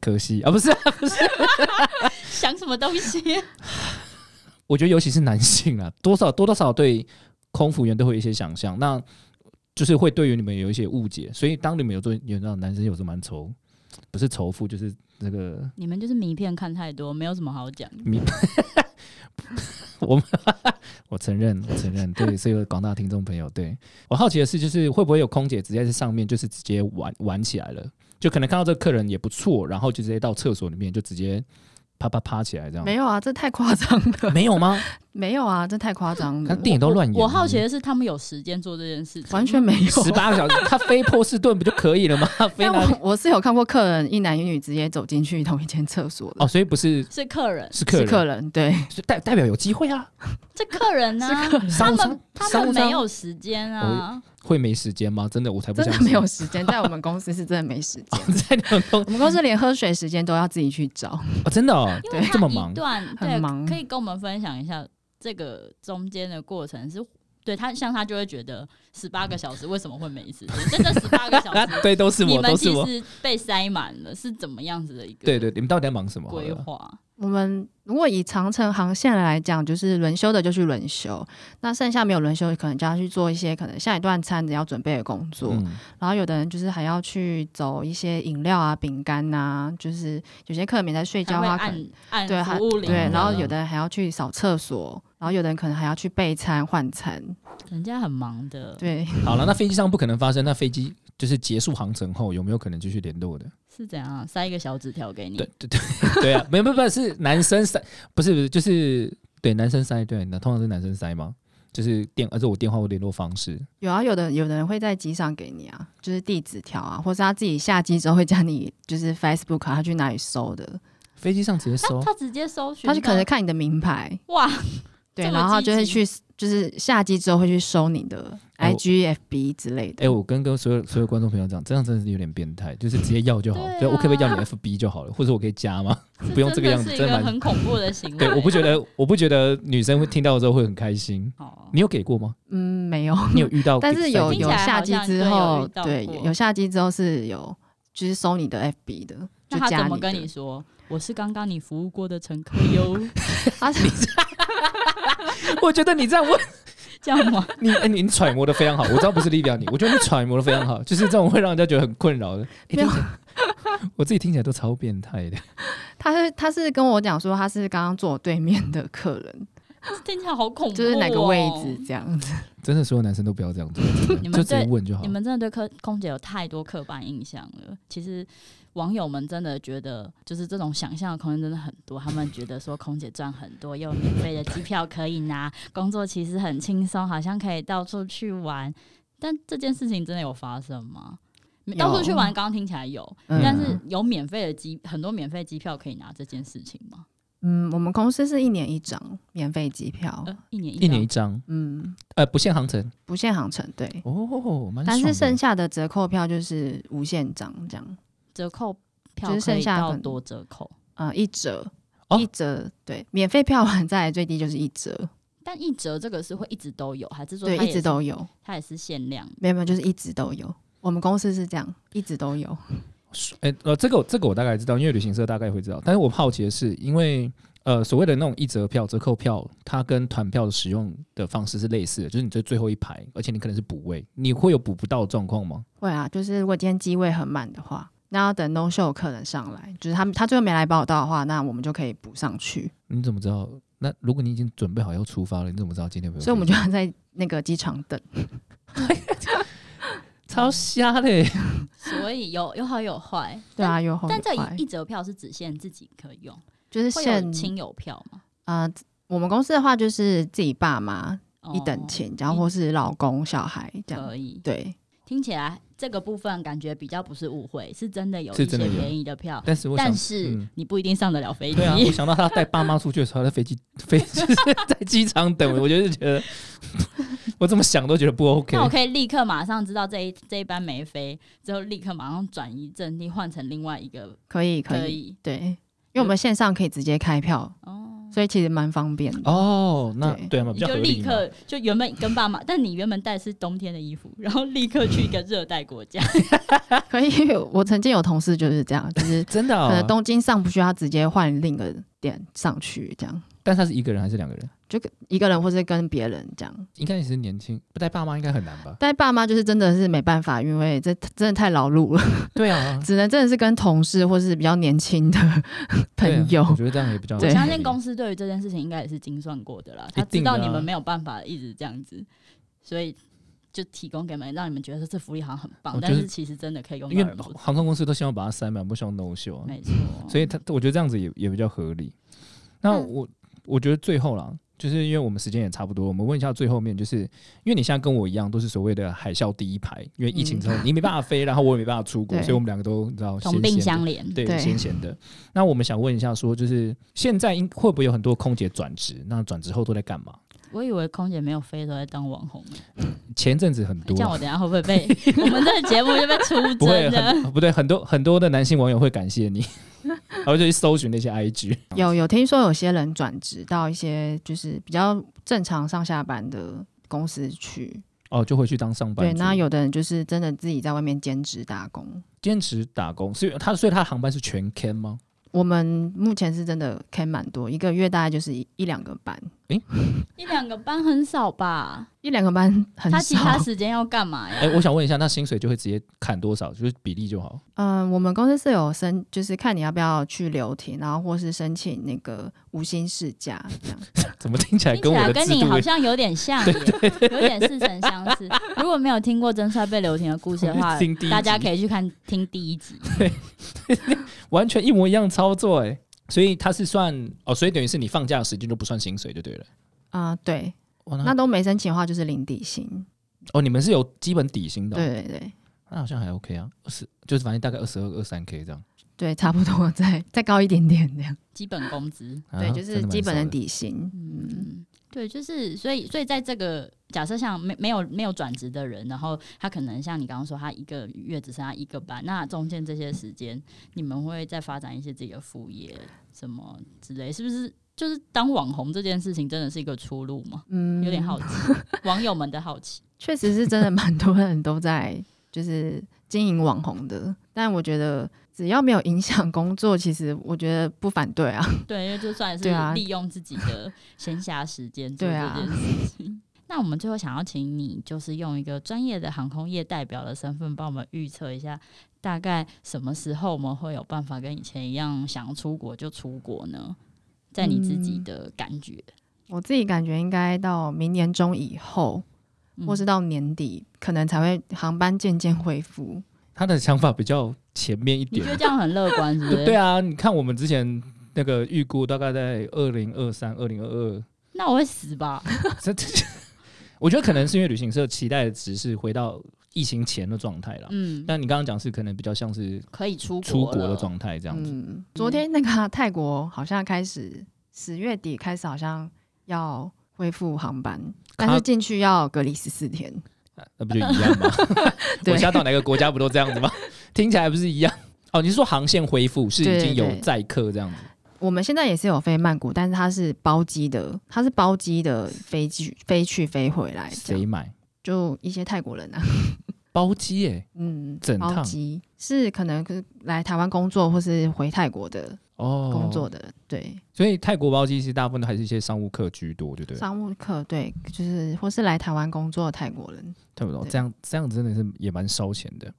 S2: 可惜啊，不是啊，不是。
S3: 想什么东西？
S2: 我觉得尤其是男性啊，多少多多少少对空服员都会有一些想象，那就是会对于你们有一些误解。所以当你们有做，你知道男生有时候蛮仇，不是仇富，就是那个
S3: 你们就是名片看太多，没有什么好讲的。
S2: 迷。我们我承认，我承认，对，所有广大听众朋友，对我好奇的是，就是会不会有空姐直接在上面就是直接玩玩起来了，就可能看到这个客人也不错，然后就直接到厕所里面就直接啪啪啪起来这样？
S1: 没有啊，这太夸张了。
S2: 没有吗？
S1: 没有啊，这太夸张了
S2: 看，电影都乱演
S3: 嗯我
S2: 了。
S3: 好奇的是，他们有时间做这件事情，
S1: 完全没有。
S2: 十八个小时，他飞波士顿不就可以 了吗？飞
S1: 但
S2: 哪里？
S1: 我我是有看过客人一男一女直接走进去同一间厕所的，
S2: 哦，所以不是
S3: 是客人，
S2: 是客
S1: 是
S2: 人，
S1: 客人对。
S2: 所以代代表有机会啊，
S3: 是客人呢、他
S2: 商务舱
S3: 们他
S2: 商务
S3: 们
S2: 舱
S3: 没有时间啊，
S2: 会没时间吗？真的，我才不
S1: 真
S2: 相
S1: 的
S2: 信。
S1: 没有时间，在我们公司是真的没时间。
S2: 哦， 在你们公
S1: 我们公司连喝水时间都要自己去找，
S2: 哦，真的哦，
S3: 因为
S2: 这么
S3: 他
S2: 忙
S3: 一段
S1: 很
S3: 对，
S1: 忙
S3: 可以跟我们分享一下这个中间的过程是。对他，像他就会觉得十八个小时为什么会没时间？ 真的十八个小
S2: 啊
S3: 时，，
S2: 对， 都是
S3: 你
S2: 我，
S3: 们
S2: 都是
S3: 其
S2: 我，
S3: 实被塞满了，是怎么样子的一个
S2: 对对，你们到底在忙什么？好
S3: 规
S2: 了
S3: 划？
S1: 我们如果以长城航线来讲，就是轮休的就去轮休，那剩下没有轮休，可能就要去做一些可能下一段餐的要准备的工作。
S4: 嗯
S1: 然后有的人就是还要去走一些饮料啊、饼干呐、就是有些客人没在睡觉
S3: 还会
S1: 啊，可能
S3: 按按
S1: 对还
S3: 服务铃啊
S1: 对，
S2: 嗯
S3: 的
S1: 然后有的人还要去扫厕所，然后有的人可能还要去备餐、换餐，
S3: 人家很忙的，
S1: 对，
S2: 好了，那飞机上不可能发生，那飞机就是结束航程后有没有可能继续联络的？
S3: 是怎样啊塞一个小纸条给你？
S2: 对对对对啊，没有没有没有是男生塞，不是不是就是对男生塞，对，那通常是男生塞吗？就是电，而且我电话或联络方式，
S1: 有啊，有的有的人会在机上给你啊，就是递纸条啊，或是他自己下机之后会叫你就是 Facebook 啊、他去哪里搜的，
S2: 飞机上直接收。
S3: 他直接搜寻到，
S1: 他就可能看你的名牌，
S3: 哇，
S1: 对，
S3: 这么
S1: 然后他就会
S3: 积
S1: 去就是下机之后会去收你的
S2: 哎我
S1: IG、FB 之类的。
S2: 哎、我跟跟所有所有观众朋友讲，这样真的是有点变态，就是直接要就好，
S3: 对啊
S2: 对，我可不可以要你 FB 就好了，或者我可以加吗？
S3: 这
S2: 不用这个
S3: 真的
S2: 样子
S3: 是一
S2: 真的
S3: 个
S2: 蛮
S3: 很恐怖的行为。
S2: 对，我不觉得，我不觉得女生会听到之后会很开心。
S3: 哦，
S2: 你有给过吗？
S1: 嗯，没有，
S2: 你有遇到？
S1: 但是有
S3: 听起
S1: 有
S3: 来
S1: 下
S3: 好
S1: 机
S3: 像
S1: 之
S3: 对有
S1: 后
S3: 遇，到
S1: 对，
S3: 过
S1: 有下机之后是有就是收你的 FB 的，就
S3: 那他
S1: 加
S3: 怎么跟
S1: 的
S3: 你说？我是刚刚你服务过的乘客哟，
S1: 啊，
S2: 我觉得你这样问
S3: 这样吗？
S2: 你，哎你你揣摩的非常好，我知道不是利表你，我觉得你揣摩的非常好，就是这种会让人家觉得很困扰的。哎
S1: 没有
S2: 听起来我自己听起来都超变态的。
S1: 他是他是跟我讲说他是刚刚坐我对面的客人，
S3: 听起来好恐怖、哦，哦
S1: 就是哪个位置？这样子。
S2: 真的，所有男生都不要这样做，真
S3: 你
S2: 的
S3: 们
S2: 就直接
S3: 对
S2: 问就好
S3: 你。们真的对空空姐有太多刻板印象了。其实网友们真的觉得，就是这种想象的空间真的很多。他们觉得说空姐赚很多，又有免费的机票可以拿， 工作其实很轻松，好像可以到处去玩。但这件事情真的有发生吗？
S1: 有
S3: 到处去玩，刚刚听起来有，
S1: 嗯
S3: 但是有免费的机，很多免费机票可以拿这件事情吗？
S1: 嗯，我们公司是一年一张免费机票，
S3: 呃，一年
S2: 哦一年一
S3: 张
S2: 张，
S1: 嗯，
S2: 呃，不限航程
S1: 不限航程，对。
S2: 哦，蛮
S1: 但
S2: 爽
S1: 是
S2: 的
S1: 剩下的折扣票就是无限张这样，
S3: 折扣票
S1: 就是
S3: 可
S1: 剩
S3: 以
S1: 下
S3: 到
S1: 可能
S3: 多折扣，
S1: 呃，一折，
S2: 哦
S1: 一折，对，免费票完再来最低就是一折，
S3: 但一折这个是会一直都有，还是说
S1: 对，
S3: 它
S1: 一
S3: 也
S1: 直
S3: 是
S1: 都有，
S3: 它也是限量的？
S1: 没有没有，就是一直都有。我们公司是这样，一直都有。
S2: 哎、呃，这个我这个我大概知道，因为旅行社大概会知道。但是我好奇的是，因为呃，所谓的那种一折票、折扣票，它跟团票的使用的方式是类似的，就是你在最后一排，而且你可能是补位，你会有补不到的状况吗？
S1: 会啊，就是如果今天机位很满的话，那要等 no show 客人上来，就是他们他最后没来报到的话，那我们就可以补上去。
S2: 你怎么知道？那如果你已经准备好要出发了，你怎么知道今天没有飞机？
S1: 所以我们就要在那个机场等。
S2: 超瞎 的欸、
S3: 所以有有好有坏，
S1: 对啊，有好
S3: 但。但这
S1: 有坏
S3: 一一折票是只限自己可以用，
S1: 就是
S3: 会有
S1: 限
S3: 亲友票吗？
S1: 呃，我们公司的话就是自己爸妈
S3: 哦
S1: 一等亲，然后或是老公小孩这样。
S3: 可以，
S1: 对，
S3: 听起来这个部分感觉比较不是误会，是真的有
S2: 是
S3: 一些
S2: 真的有
S3: 便宜的票，
S2: 但是我想，
S3: 但是
S2: 嗯
S3: 你不一定上得了飞机
S2: 对。 啊，我想到他带爸妈出去的时候，他在飞机 飞就是在机场等，我就觉得 我怎么想都觉得不 OK
S3: 那。我可以立刻马上知道这一这一班没飞，之后立刻马上转移阵地，换成另外一个
S1: 可以可以，
S3: 可以
S1: 对，因为我们线上可以直接开票，
S3: 哦。
S1: 所以其实蛮方便的。
S2: 哦，那
S1: 对
S2: 对啊嘛，比较
S3: 你就
S2: 合
S3: 立
S2: 理嘛。
S3: 刻就原本跟爸妈，但你原本带是冬天的衣服，然后立刻去一个热带国家，
S1: 可以，我曾经有同事就是这样， 就是
S2: 真的、啊，
S1: 可能东京上不去，他直接换另一个点上去，这样
S2: 但他是一个人还是两个人？
S1: 就跟一个人或是跟别人这样。？
S2: 应该也是年轻，不带爸妈应该很难吧
S1: 但爸妈就是真的是没办法，因为这真的太劳碌
S3: 嗯
S1: 了，
S2: 对啊，
S1: 只能真的是跟同事或是比较年轻的
S2: 对啊
S1: 朋友。
S2: 我觉得这样也比较。
S1: 对
S3: 我相信公司对于这件事情应该也是精算过的啦，他知道
S2: 一定的啊
S3: 你们没有办法一直这样子，所以就提供给你们，让你们觉得说这福利好像很棒，
S2: 我觉
S3: 但
S2: 得
S3: 是其实真的可以用
S2: 哦因为
S3: 到耳朵。
S2: 航空公司都希望把它塞满，不希望 no show 啊。
S3: 没错，
S2: 所以他我觉得这样子也也比较合理。那
S3: 嗯
S2: 我我觉得最后啦，就是因为我们时间也差不多，我们问一下最后面，就是因为你现在跟我一样都是所谓的海啸第一排，因为疫情之
S3: 嗯
S2: 后你没办法飞，然后我也没办法出 国，
S1: 对
S2: 所以我们两个都你知道
S3: 同
S2: 闲
S3: 病
S2: 闲的
S3: 相怜。
S2: 对，
S1: 对
S2: 闲闲的。那我们想问一下说就是现在应会不会有很多空姐转职？那转职后都在干嘛？
S3: 我以为空姐没有飞都在当网红，
S2: 前阵子很
S3: 这
S2: 多
S3: 样我等一下会不 会被我们这个节目就被出
S2: 不会
S3: 征的？
S2: 很不对，很多很多的男性网友会感谢 你，然后就去搜寻那些 IG。
S1: 有有听说有些人转职到一些就是比较正常上下班的公司去，
S2: 哦，就回去当上班
S1: 对，
S2: 族。
S1: 那有的人就是真的自己在外面兼职打工。
S2: 兼职打工，所以他所以他航班是全 can 吗？
S1: 我们目前是真的开蛮多，一个月大概就是一一两个班，
S3: 一两个班很少吧？
S1: 一两个班很
S3: 他其他
S1: 少。
S3: 时间要干嘛呀？
S2: 哎、我想问一下，那薪水就会直接砍多少？就是比例就好。
S1: 嗯、我们公司是有申，就是看你要不要去留停，然后或是申请那个无薪事假这 样。
S2: 怎么听起来
S3: 听
S2: 跟
S3: 起
S2: 我
S3: 来
S2: 的
S3: 跟
S2: 制
S3: 你
S2: 度
S3: 好
S2: 有？
S3: 像有点像耶，有点似曾相识。如果没有听过真帅被留停的故事的话
S2: 我去听第一，
S3: 大家
S2: 集
S3: 可以去看听第一集。
S2: 完全一模一样操作哎、所以它是算哦，所以等于是你放假的时间就不算薪水就对了。
S1: 啊、对，
S2: 哦，
S1: 那都没申请的话就是零底薪。
S2: 哦，你们是有基本底薪的、哦，
S1: 对对对
S2: 那好像还 OK 啊，是就是反正大概二十二、二三 K 这样。
S1: 对，差不多再再高一点点这样。
S3: 基本工资，
S2: 啊
S1: 对，就是基本的。底薪。
S3: 嗯，对，就是所以所以在这个假设像没没有没有转职的人，然后他可能像你刚刚说，他一个月只剩下一个班，那中间这些时间，你们会再发展一些自己的副业什么之类，是不是？就是当网红这件事情真的是一个出路吗？
S1: 嗯，
S3: 有点好奇，网友们的好奇。
S1: 确实是真的蛮多人都在就是经营网红的，但我觉得只要没有影响工作，其实我觉得不反对啊。
S3: 对，因为就算是
S1: 对啊
S3: 利用自己的闲暇时间做
S1: 对
S3: 这
S1: 啊
S3: 件事情。那我们最后想要请你，就是用一个专业的航空业代表的身份，帮我们预测一下，大概什么时候我们会有办法跟以前一样，想要出国就出国呢？在你自己
S1: 嗯
S3: 的感觉，
S1: 我自己感觉应该到明年中以后，
S3: 嗯
S1: 或是到年底，可能才会航班渐渐恢复。
S2: 他的想法比较前面一
S3: 你觉得
S2: 点。
S3: 这样很乐观，是 不是？
S2: 对啊，你看我们之前那个预估大概在二零二三、二零二二，
S3: 那我会死吧？
S2: 这这， 我觉得可能是因为旅行社期待的只是回到疫情前的状态啦。
S3: 嗯，
S2: 但你刚刚讲是可能比较像是
S3: 可以出
S2: 出
S3: 国
S2: 国的
S3: 了。
S2: 状态这样子。
S1: 嗯，昨天那个啊、泰国好像开始十月底开始好像要恢复航班，但是进去要隔离十四天。
S2: 那不就一 样吗？
S1: 对
S2: 我下到哪个国家不都这样子吗？听起来不是一样哦？你是说航线恢复是已
S1: 对
S2: 经有
S1: 对
S2: 载客这样子？
S1: 我们现在也是有飞曼谷，但是它是包机的，它是包机的飞机飞去飞回来，哎这
S2: 谁
S1: 样
S2: 买
S1: 就一些泰国人啊，
S2: 包机？哎，
S1: 嗯，
S2: 整趟
S1: 包机是可能是来台湾工作或是回泰国的
S2: 哦，
S1: 工作的，对，
S2: 所以泰国包机其实大部分都还是一些商务客居多，对不对？
S1: 商务客对，就是或是来台湾工作的泰国人，
S2: 对不对？
S1: 对
S2: 这样这样子真的是也蛮烧钱的。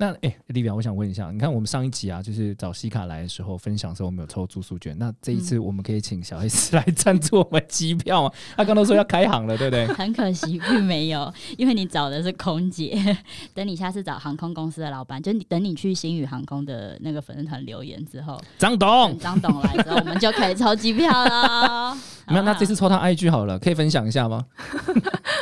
S2: 那哎，丽、表，我想问一下，你看我们上一集啊，就是找西卡来的时候分享的时候，我们有抽住宿券。那这一次我们可以请小 S 来赞助我们机票吗？他刚刚说要开航了，对不对？
S3: 很可惜，并没有，因为你找的是空姐。 等你下次找航空公司的老板，就你等你去星宇航空的那个粉丝团留言之后，
S2: 张董
S3: 等，张董来之后，我们就可以抽机票了。
S2: 没有，那这
S3: 是
S2: 次抽他 IG 好了，可以分享一下吗？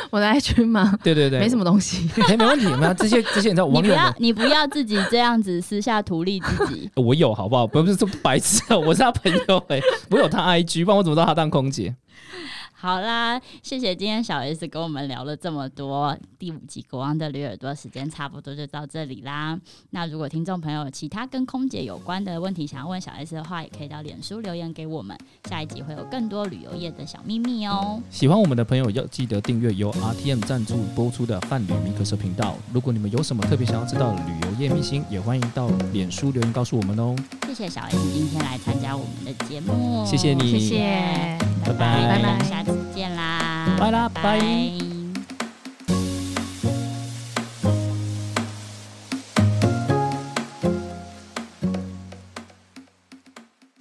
S1: 我的 IG 吗？
S2: 对对对，
S1: 没什 么东西，
S2: 哎，没问题。那这些这些你知道
S3: 你
S2: 网
S3: 不
S2: 友
S3: 要
S2: 们，，。
S3: 你不要自己这样子私下图利自己
S2: 我有好不好？不是这白痴啊，我是他朋友哎、我有他 IG，不然我怎么知道他当空姐？
S3: 好啦，谢谢今天小 S 跟我们聊了这么多，第五集《国王的驴耳朵》时间差不多就到这里啦。那如果听众朋友有其他跟空姐有关的问题想要问小 S 的话，也可以到脸书留言给我们。下一集会有更多旅游业的小秘密哦。
S2: 喜欢我们的朋友要记得订阅由 RTM 赞助播出的泛旅米克社频道。如果你们有什么特别想要知道的旅游业秘辛，也欢迎到脸书留言告诉我们哦。
S3: 谢谢小 S 今天来参加我们的节目，
S2: 谢谢你
S1: 谢谢。
S2: 拜
S3: 拜拜，
S1: 拜
S3: 下次见啦，
S2: 拜啦拜
S3: 拜